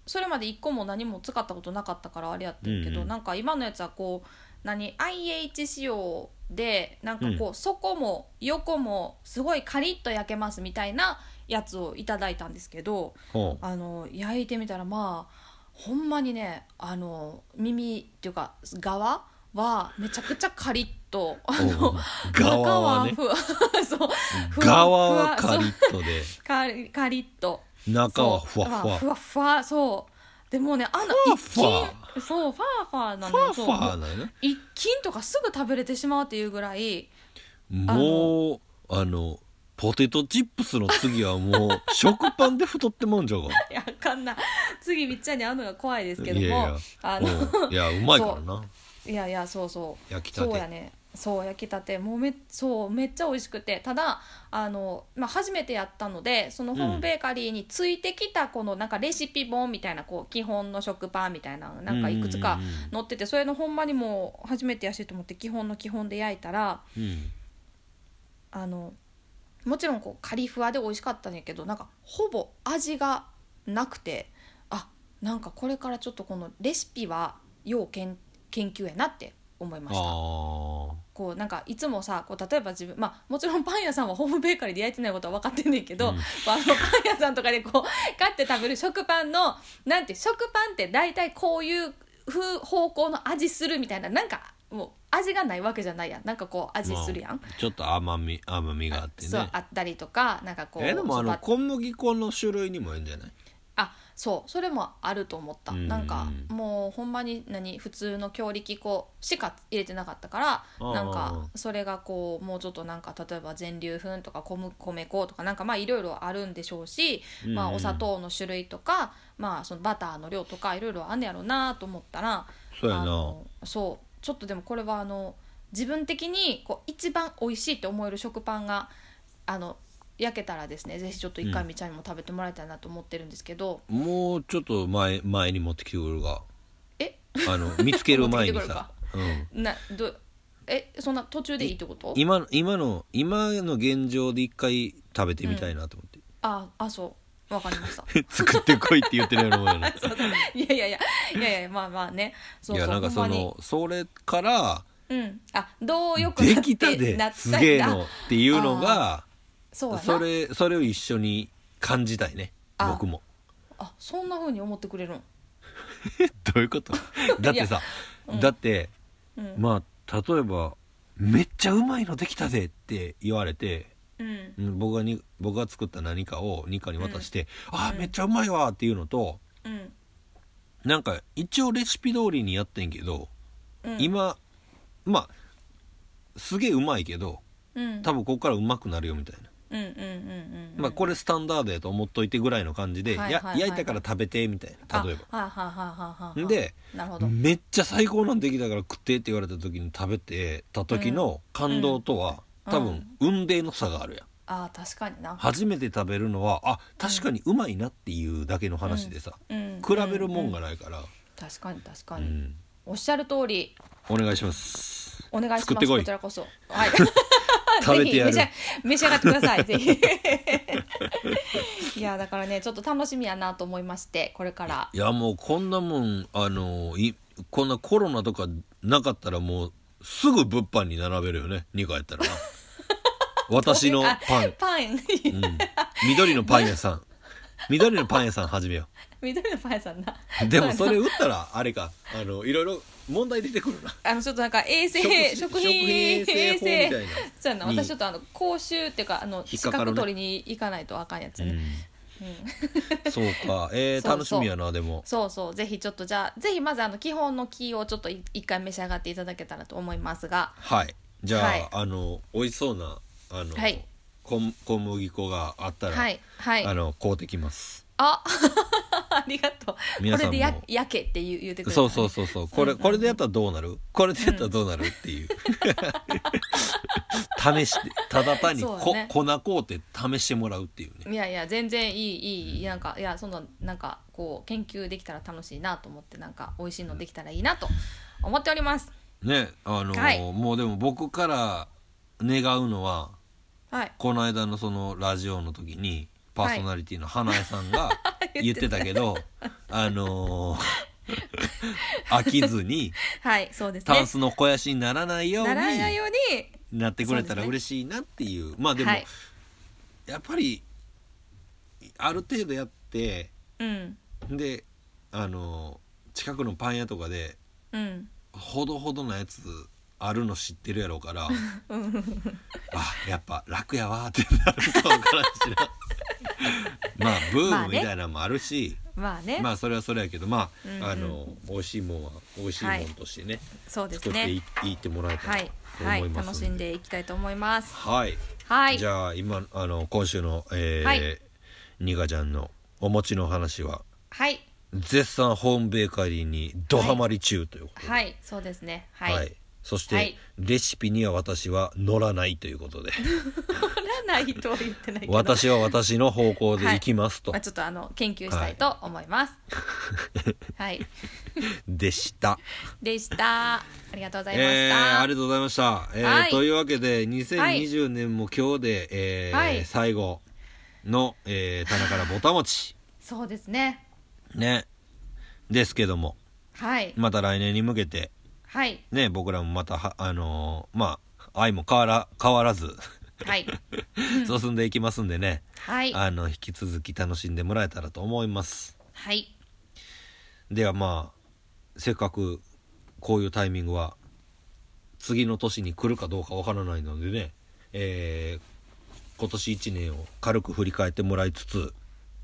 Speaker 2: それまで一個も何も使ったことなかったからあれやってるけど、
Speaker 1: うんうん
Speaker 2: なんか今のやつはこう何 IH 仕様でなんかこう、底も横もすごいカリッと焼けますみたいなやつをいただいたんですけど
Speaker 1: ほ
Speaker 2: あの焼いてみたらまあほんまにねあの耳っていうか側はめちゃくちゃカリッとあ
Speaker 1: う
Speaker 2: の
Speaker 1: ほう側はね
Speaker 2: 中はふわ そうふわ
Speaker 1: 側は
Speaker 2: ふ
Speaker 1: カ
Speaker 2: わ
Speaker 1: リ
Speaker 2: そ
Speaker 1: ッと
Speaker 2: う
Speaker 1: で
Speaker 2: カリカリッと
Speaker 1: 中は
Speaker 2: そう
Speaker 1: ふわふわ
Speaker 2: ふわふわそうでもうねあんな一
Speaker 1: ふ
Speaker 2: 斤
Speaker 1: わ
Speaker 2: そうファーファーな
Speaker 1: ファ
Speaker 2: の
Speaker 1: ーフ
Speaker 2: そう
Speaker 1: ァーなんやね
Speaker 2: 一斤とかすぐ食べれてしまうっていうぐらい
Speaker 1: もうあのポテトチップスの次はもう食パンで太ってまうんじゃうか
Speaker 2: いやあかんな次みっちゃんに会うのが怖いですけども
Speaker 1: いやいや
Speaker 2: あの
Speaker 1: うんいやうまいからない
Speaker 2: やいやそうそう
Speaker 1: 焼きたて
Speaker 2: そうやねそう焼きたてもうめそうめっちゃ美味しくてただあの、まあ、初めてやったのでそのホームベーカリーについてきたこのなんかレシピ本みたいなこう基本の食パンみたいなのなんかいくつか
Speaker 1: うんうんうんうん
Speaker 2: 載っててそれのほんまにもう初めてやしと思って基本の基本で焼いたら
Speaker 1: うん
Speaker 2: あのもちろんこうカリフワで美味しかったんやけどなんかほぼ味がなくてあなんかこれからちょっとこのレシピは要研研究やなって思いました。
Speaker 1: あ
Speaker 2: こうなんかいつもさこう例えば自分まあもちろんパン屋さんはホ ームベーカリーで焼いてないことは分かってんねんけ
Speaker 1: う
Speaker 2: ど、
Speaker 1: ん
Speaker 2: まあ、あのパン屋さんとかでこう買って食べる食パンのなんて食パンって大体こういう風方向の味するみたいななんかもう味がないわけじゃないやんなんかこう
Speaker 1: ー
Speaker 2: 味するやん、
Speaker 1: まあちょっと甘み甘みがあって
Speaker 2: そう
Speaker 1: ね
Speaker 2: あったりとかなんかこう
Speaker 1: えでもあ
Speaker 2: そ
Speaker 1: の
Speaker 2: ば
Speaker 1: 小麦粉の種類にもよるんじゃない
Speaker 2: あそうそれもあると思った、
Speaker 1: うん
Speaker 2: なんかもうほんまに何普通の強力粉しか入れてなかったから
Speaker 1: ああ
Speaker 2: なんかそれがこうもうちょっとなんか例えば全粒粉とか小麦粉とかなんかまあいろいろあるんでしょうし、
Speaker 1: うん
Speaker 2: まあ、お砂糖の種類とか、まあ、そのバターの量とかいろいろあんねやろうなと思ったら
Speaker 1: そうや
Speaker 2: あ
Speaker 1: な
Speaker 2: のそうちょっとでもこれはあの自分的にこう一番美味しいって思える食パンがあの焼けたらですねぜひちょっと一回みちゃんにも食べてもらいたいなと思ってるんですけど、
Speaker 1: もうちょっと前前に持ってきてくれるが
Speaker 2: え
Speaker 1: あ の見つける前に
Speaker 2: 持っ
Speaker 1: さ、うん、
Speaker 2: などえそんな途中でいいってこと
Speaker 1: 今の今の今の現状で一回食べてみたいなと思って、
Speaker 2: ああそうわかり ました
Speaker 1: 作ってこいって言ってるやろもうやな
Speaker 2: いやいやいやいやいやまあまあねそ
Speaker 1: いう
Speaker 2: そ
Speaker 1: や
Speaker 2: う
Speaker 1: なんか
Speaker 2: ほ
Speaker 1: そ
Speaker 2: んまに
Speaker 1: のそれから
Speaker 2: うんあどうよく
Speaker 1: で
Speaker 2: なっ
Speaker 1: きた
Speaker 2: て
Speaker 1: で
Speaker 2: なった
Speaker 1: すげえの
Speaker 2: あ
Speaker 1: っていうのが
Speaker 2: そうやな
Speaker 1: それそれを一緒に感じたいね
Speaker 2: あ
Speaker 1: 僕も
Speaker 2: あそんな風に思ってくれるん
Speaker 1: どういうこと だってさ、だって、
Speaker 2: うん
Speaker 1: まあ例えば「めっちゃうまいのできたぜ」って言われて
Speaker 2: うん
Speaker 1: うん僕がに僕が作った何かをニカに渡して「あーめっちゃうまいわ」っていうのと
Speaker 2: うん
Speaker 1: なんか一応レシピ通りにやってんけど、
Speaker 2: うん
Speaker 1: 今まあすげえうまいけど
Speaker 2: うん
Speaker 1: 多分ここからうまくなるよみたいな、
Speaker 2: うんうんうんうんうん
Speaker 1: まあ、これスタンダードやと思っといてぐらいの感じで、
Speaker 2: はい
Speaker 1: や
Speaker 2: はいはいはい
Speaker 1: 焼いたから食べてみたいな
Speaker 2: あ
Speaker 1: 例え
Speaker 2: はいはいはいはいは
Speaker 1: ば。
Speaker 2: い
Speaker 1: で
Speaker 2: なるほど
Speaker 1: めっちゃ最高なんできたから食ってって言われた時に食べてた時の感動とは、
Speaker 2: うん
Speaker 1: 多
Speaker 2: う
Speaker 1: 分運命の差があるやん
Speaker 2: あ確かにな
Speaker 1: 初めて食べるのはあ確かにうまいなっていうだけの話でさ、
Speaker 2: うん
Speaker 1: 比べるもん
Speaker 2: う
Speaker 1: がないから、
Speaker 2: 確かに確か
Speaker 1: うん
Speaker 2: におっしゃる通り
Speaker 1: お願いします
Speaker 2: お願いし
Speaker 1: 作っ
Speaker 2: ま
Speaker 1: て
Speaker 2: す
Speaker 1: こい
Speaker 2: こち らこそはい
Speaker 1: 食べ
Speaker 2: ぜ
Speaker 1: て
Speaker 2: ひ
Speaker 1: や
Speaker 2: 召
Speaker 1: る
Speaker 2: し上召し上がってくださいぜひ いやだからねちょっと楽しみやなと思いましてこれから
Speaker 1: いやもうこんなもんあのいこんなコロナとかなかったらもうすぐ物販に並べるよね2個やったら な私の
Speaker 2: あ
Speaker 1: パン、
Speaker 2: パン
Speaker 1: うん、緑のパン屋さん緑のパン屋さん始めよ
Speaker 2: 緑のパン屋さんな
Speaker 1: う でも
Speaker 2: そ
Speaker 1: そう
Speaker 2: や
Speaker 1: れ
Speaker 2: な
Speaker 1: 売ったらあれかあのいろいろ問題出てくるな
Speaker 2: あのちょっとなんか衛生食
Speaker 1: 食
Speaker 2: 品
Speaker 1: 品
Speaker 2: 衛
Speaker 1: 衛
Speaker 2: 生
Speaker 1: 生法みたいな
Speaker 2: そうやな
Speaker 1: に
Speaker 2: 私ちょっとあの講習っていうかあの
Speaker 1: 引
Speaker 2: 資
Speaker 1: っかかるね
Speaker 2: 格取りに行かないとあかんやつね、
Speaker 1: そう か、えー、
Speaker 2: そうそう
Speaker 1: 楽しみやなでも
Speaker 2: そうそうぜひちょっとじゃあぜひまずあの基本のキーをちょっとい一回召し上がっていただけたらと思いますが
Speaker 1: はいじゃあ、
Speaker 2: はい
Speaker 1: あの美味しそうなあの、
Speaker 2: はい
Speaker 1: 小小麦粉があったら、
Speaker 2: はいはい
Speaker 1: あの買うてきます
Speaker 2: あ ありがとう
Speaker 1: 皆
Speaker 2: こ
Speaker 1: さん
Speaker 2: れ
Speaker 1: も
Speaker 2: でや焼けって言う言うてくれた
Speaker 1: そうそうそうそうこれ、これでやったらどうなるこれでやったらどうなるって いう試してただ単に
Speaker 2: そう
Speaker 1: こ、
Speaker 2: だね
Speaker 1: 粉こうて試してもらうっていうね
Speaker 2: いやいや全然いいいいいいなんかいやそんななんかこう研究できたら楽しいなと思ってなんか美味しいのできたらいいなと思っております
Speaker 1: ねあのー
Speaker 2: はい
Speaker 1: もうでも僕から願うのは
Speaker 2: はい
Speaker 1: この間のそのラジオの時にパーソナリティの花江さん が言ってたけど、あのー 飽きずに
Speaker 2: はいそうです
Speaker 1: タ
Speaker 2: ね
Speaker 1: ンスの肥やしにならないように
Speaker 2: ならないように
Speaker 1: なってくれたら
Speaker 2: そうで
Speaker 1: 嬉しいなっていうまあでも、
Speaker 2: はい
Speaker 1: やっぱりある程度やって
Speaker 2: うん
Speaker 1: であのー近くのパン屋とかで
Speaker 2: うん
Speaker 1: ほどほどなやつあるの知ってるやろう からあやっぱ楽やわーってなるか分からんしな まあブ
Speaker 2: まあ
Speaker 1: ーム
Speaker 2: ね
Speaker 1: みたいなのもあるし、
Speaker 2: まあね、
Speaker 1: まあそれはそれやけどまあ、
Speaker 2: うんうん
Speaker 1: あの美味しいもんは美味しいもんとしてね、
Speaker 2: そうです
Speaker 1: 作ってい
Speaker 2: ね
Speaker 1: いってもらえた
Speaker 2: は
Speaker 1: ら
Speaker 2: い
Speaker 1: と
Speaker 2: は
Speaker 1: 思い
Speaker 2: い
Speaker 1: ます
Speaker 2: 楽しんでいきたいと思います
Speaker 1: はい、
Speaker 2: はい
Speaker 1: じゃあ今あの今週の、えー
Speaker 2: はい
Speaker 1: ニガちゃんのお餅の話は
Speaker 2: はい
Speaker 1: 絶賛ホームベーカリーにドハマり中ということで、
Speaker 2: はいそうですねはい、
Speaker 1: はいそして、
Speaker 2: はい
Speaker 1: レシピには私は乗らないということ で
Speaker 2: 取らないとは言ってないけど
Speaker 1: 私は私の方向で行きますと、
Speaker 2: まあ、ちょっとあの研究したいと思います。はい、
Speaker 1: でした。
Speaker 2: でした。ありがとうございました。
Speaker 1: えー、ありがとうございました。えー
Speaker 2: はい
Speaker 1: というわけで2020年も今日で、えー
Speaker 2: はい
Speaker 1: 最後の、えー、棚からぼたもち
Speaker 2: そうですね。
Speaker 1: ねですけども
Speaker 2: はい、
Speaker 1: また来年に向けて
Speaker 2: はい、
Speaker 1: ね僕らもまたはあのーまあ愛も変わら変わらず
Speaker 2: はい、
Speaker 1: 進んでいきますんでね、
Speaker 2: はい、
Speaker 1: あの引き続き楽しんでもらえたらと思います。
Speaker 2: はい、
Speaker 1: ではまあせっかくこういうタイミングは次の年に来るかどうかわからないのでね、えー今年1年を軽く振り返ってもらいつつ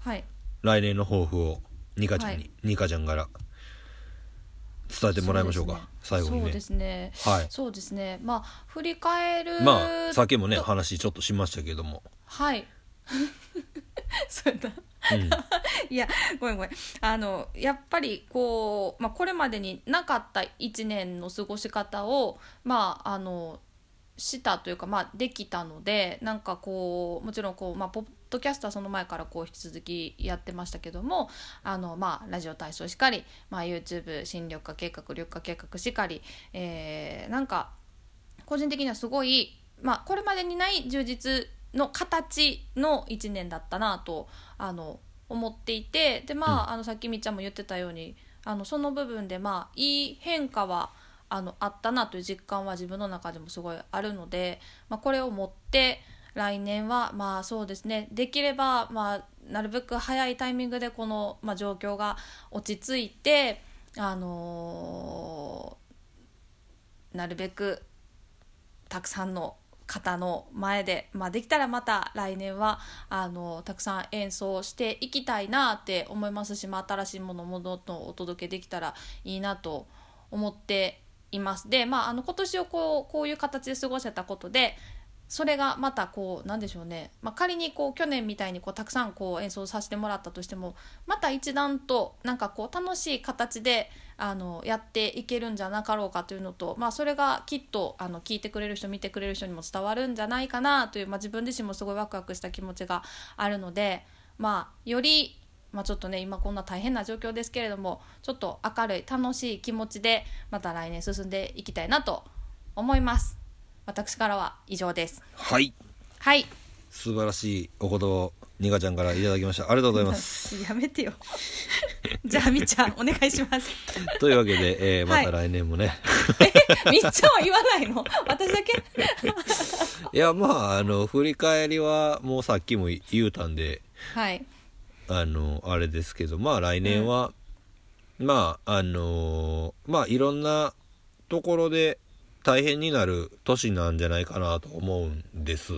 Speaker 2: はい、
Speaker 1: 来年の抱負をニカちゃんに、
Speaker 2: はい
Speaker 1: ニカちゃんから伝えてもらいましょうか
Speaker 2: そ
Speaker 1: 最
Speaker 2: です
Speaker 1: 後に
Speaker 2: そう
Speaker 1: ね
Speaker 2: ですね。
Speaker 1: はい
Speaker 2: そうですね。まあ振り返る。
Speaker 1: まあさっきもね
Speaker 2: と
Speaker 1: 話ちょっとしましたけども、
Speaker 2: はい。 そうだ。
Speaker 1: うん、
Speaker 2: いやごめんごめんあのやっぱりこう、まあ、これまでになかった1年の過ごし方をまああのしたというか、まあ、できたのでなんかこうもちろんこう、まあ、ポッドキャストはその前からこう引き続きやってましたけどもあの、まあ、ラジオ体操しかり、まあ、YouTube 新緑化計画緑化計画しかり、えーなんか個人的にはすごい、まあ、これまでにない充実の形の1年だったなとあの思っていてでまあ,、あのさっきみっちゃんも言ってたようにあのその部分で、まあ、いい変化はあのあったなという実感は自分の中でもすごいあるので、まあ、これを持って来年はまあそうですねできれば、まあ、なるべく早いタイミングでこの、まあ、状況が落ち着いて、あのーなるべくたくさんの方の前で、まあ、できたらまた来年はあのたくさん演奏していきたいなって思いますし、まあ、新しいものもどんどんお届けできたらいいなと思っています。で、まあ、あの今年をこうこういう形で過ごせたことでそれがまたこうなんでしょうね、まあ、仮にこう去年みたいにこうたくさんこう演奏させてもらったとしてもまた一段となんかこう楽しい形であのやっていけるんじゃなかろうかというのと、まあ、それがきっとあの聞いてくれる人見てくれる人にも伝わるんじゃないかなという、まあ、自分自身もすごいワクワクした気持ちがあるので、まあ、より、まあ、ちょっとね今こんな大変な状況ですけれどもちょっと明るい楽しい気持ちでまた来年進んでいきたいなと思います。私からは以上です。
Speaker 1: はい
Speaker 2: はい。
Speaker 1: 素晴らしいお言葉をニカちゃんからいただきましたありがとうございます
Speaker 2: やめてよ。じゃあみっちゃんお願いします。
Speaker 1: というわけで、えーま
Speaker 2: はい
Speaker 1: た来年もね、
Speaker 2: えみっちゃんは言わないの？私だけ？
Speaker 1: い、やまああの振り返りはもうさっきも言うたんで
Speaker 2: はい。
Speaker 1: あのあれですけどまあ来年は、まああのーまあいろんなところで大変になる年なんじゃないかなと思うんです、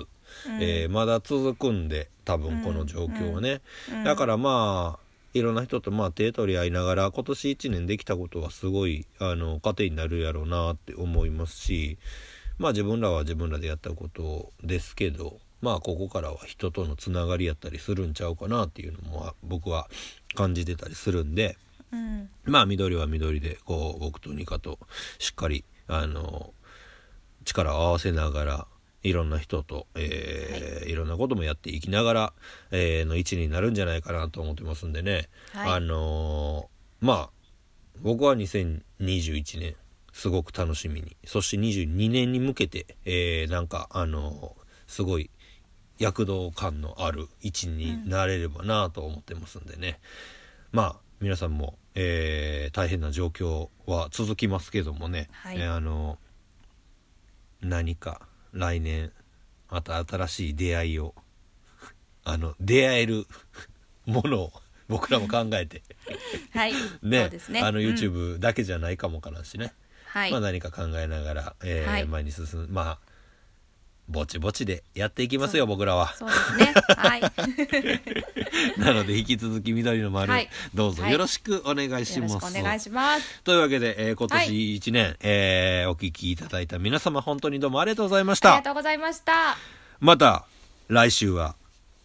Speaker 1: えーまだ続くんで多分この状況はね、だからまあいろんな人とまあ手取り合いながら今年1年できたことはすごいあの糧になるやろうなって思いますしまあ自分らは自分らでやったことですけどまあここからは人とのつながりやったりするんちゃうかなっていうのも僕は感じてたりするんで
Speaker 2: うん。
Speaker 1: まあ緑は緑でこう僕とニカとしっかりあの力を合わせながらいろんな人と、えーい、ろんなこともやっていきながら、えーの位置になるんじゃないかなと思ってますんでね、
Speaker 2: はい
Speaker 1: あのーまあ僕は2021年すごく楽しみにそして22年に向けて、えーなんかあのーすごい躍動感のある位置になれればなと思ってますんでね、まあ皆さんも、えー大変な状況は続きますけどもね、
Speaker 2: はい
Speaker 1: えーあの何か来年また新しい出会いを あの出会える ものを僕らも考え て
Speaker 2: はい。
Speaker 1: ね
Speaker 2: そうですね。
Speaker 1: あの
Speaker 2: うん
Speaker 1: YouTube だけじゃないかもからしね、
Speaker 2: はい
Speaker 1: まあ、。何か考えながら、えー
Speaker 2: はい
Speaker 1: 前に進むまあぼちぼちでやっていきますよ僕らは。
Speaker 2: そうですね。はい。
Speaker 1: なので引き続き緑の丸、
Speaker 2: はい
Speaker 1: どうぞ
Speaker 2: はい
Speaker 1: よろしくお願いし
Speaker 2: よろ
Speaker 1: ま
Speaker 2: し
Speaker 1: す。
Speaker 2: くお願いします。
Speaker 1: というわけで、えー今
Speaker 2: は
Speaker 1: 年1年、えーお聞きいただいた皆様本当にどうもありがとうございまし
Speaker 2: ありが
Speaker 1: た。
Speaker 2: とうございました。
Speaker 1: また来週は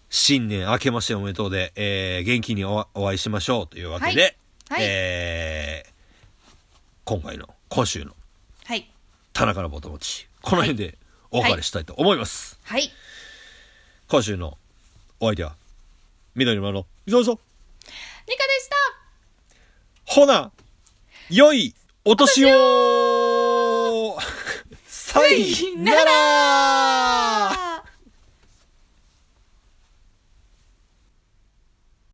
Speaker 1: 新年明けましておめでとうで、えー元気におお会いしましょうというわけで、
Speaker 2: はいはい
Speaker 1: えー今回の今週の
Speaker 2: はい。
Speaker 1: 田中のぼともちこの辺でお別れしたいと思います。
Speaker 2: はい。
Speaker 1: 今週のお相手は緑の丸の伊沢さん
Speaker 2: ニカでした。
Speaker 1: ほな、良いお 年をさいなら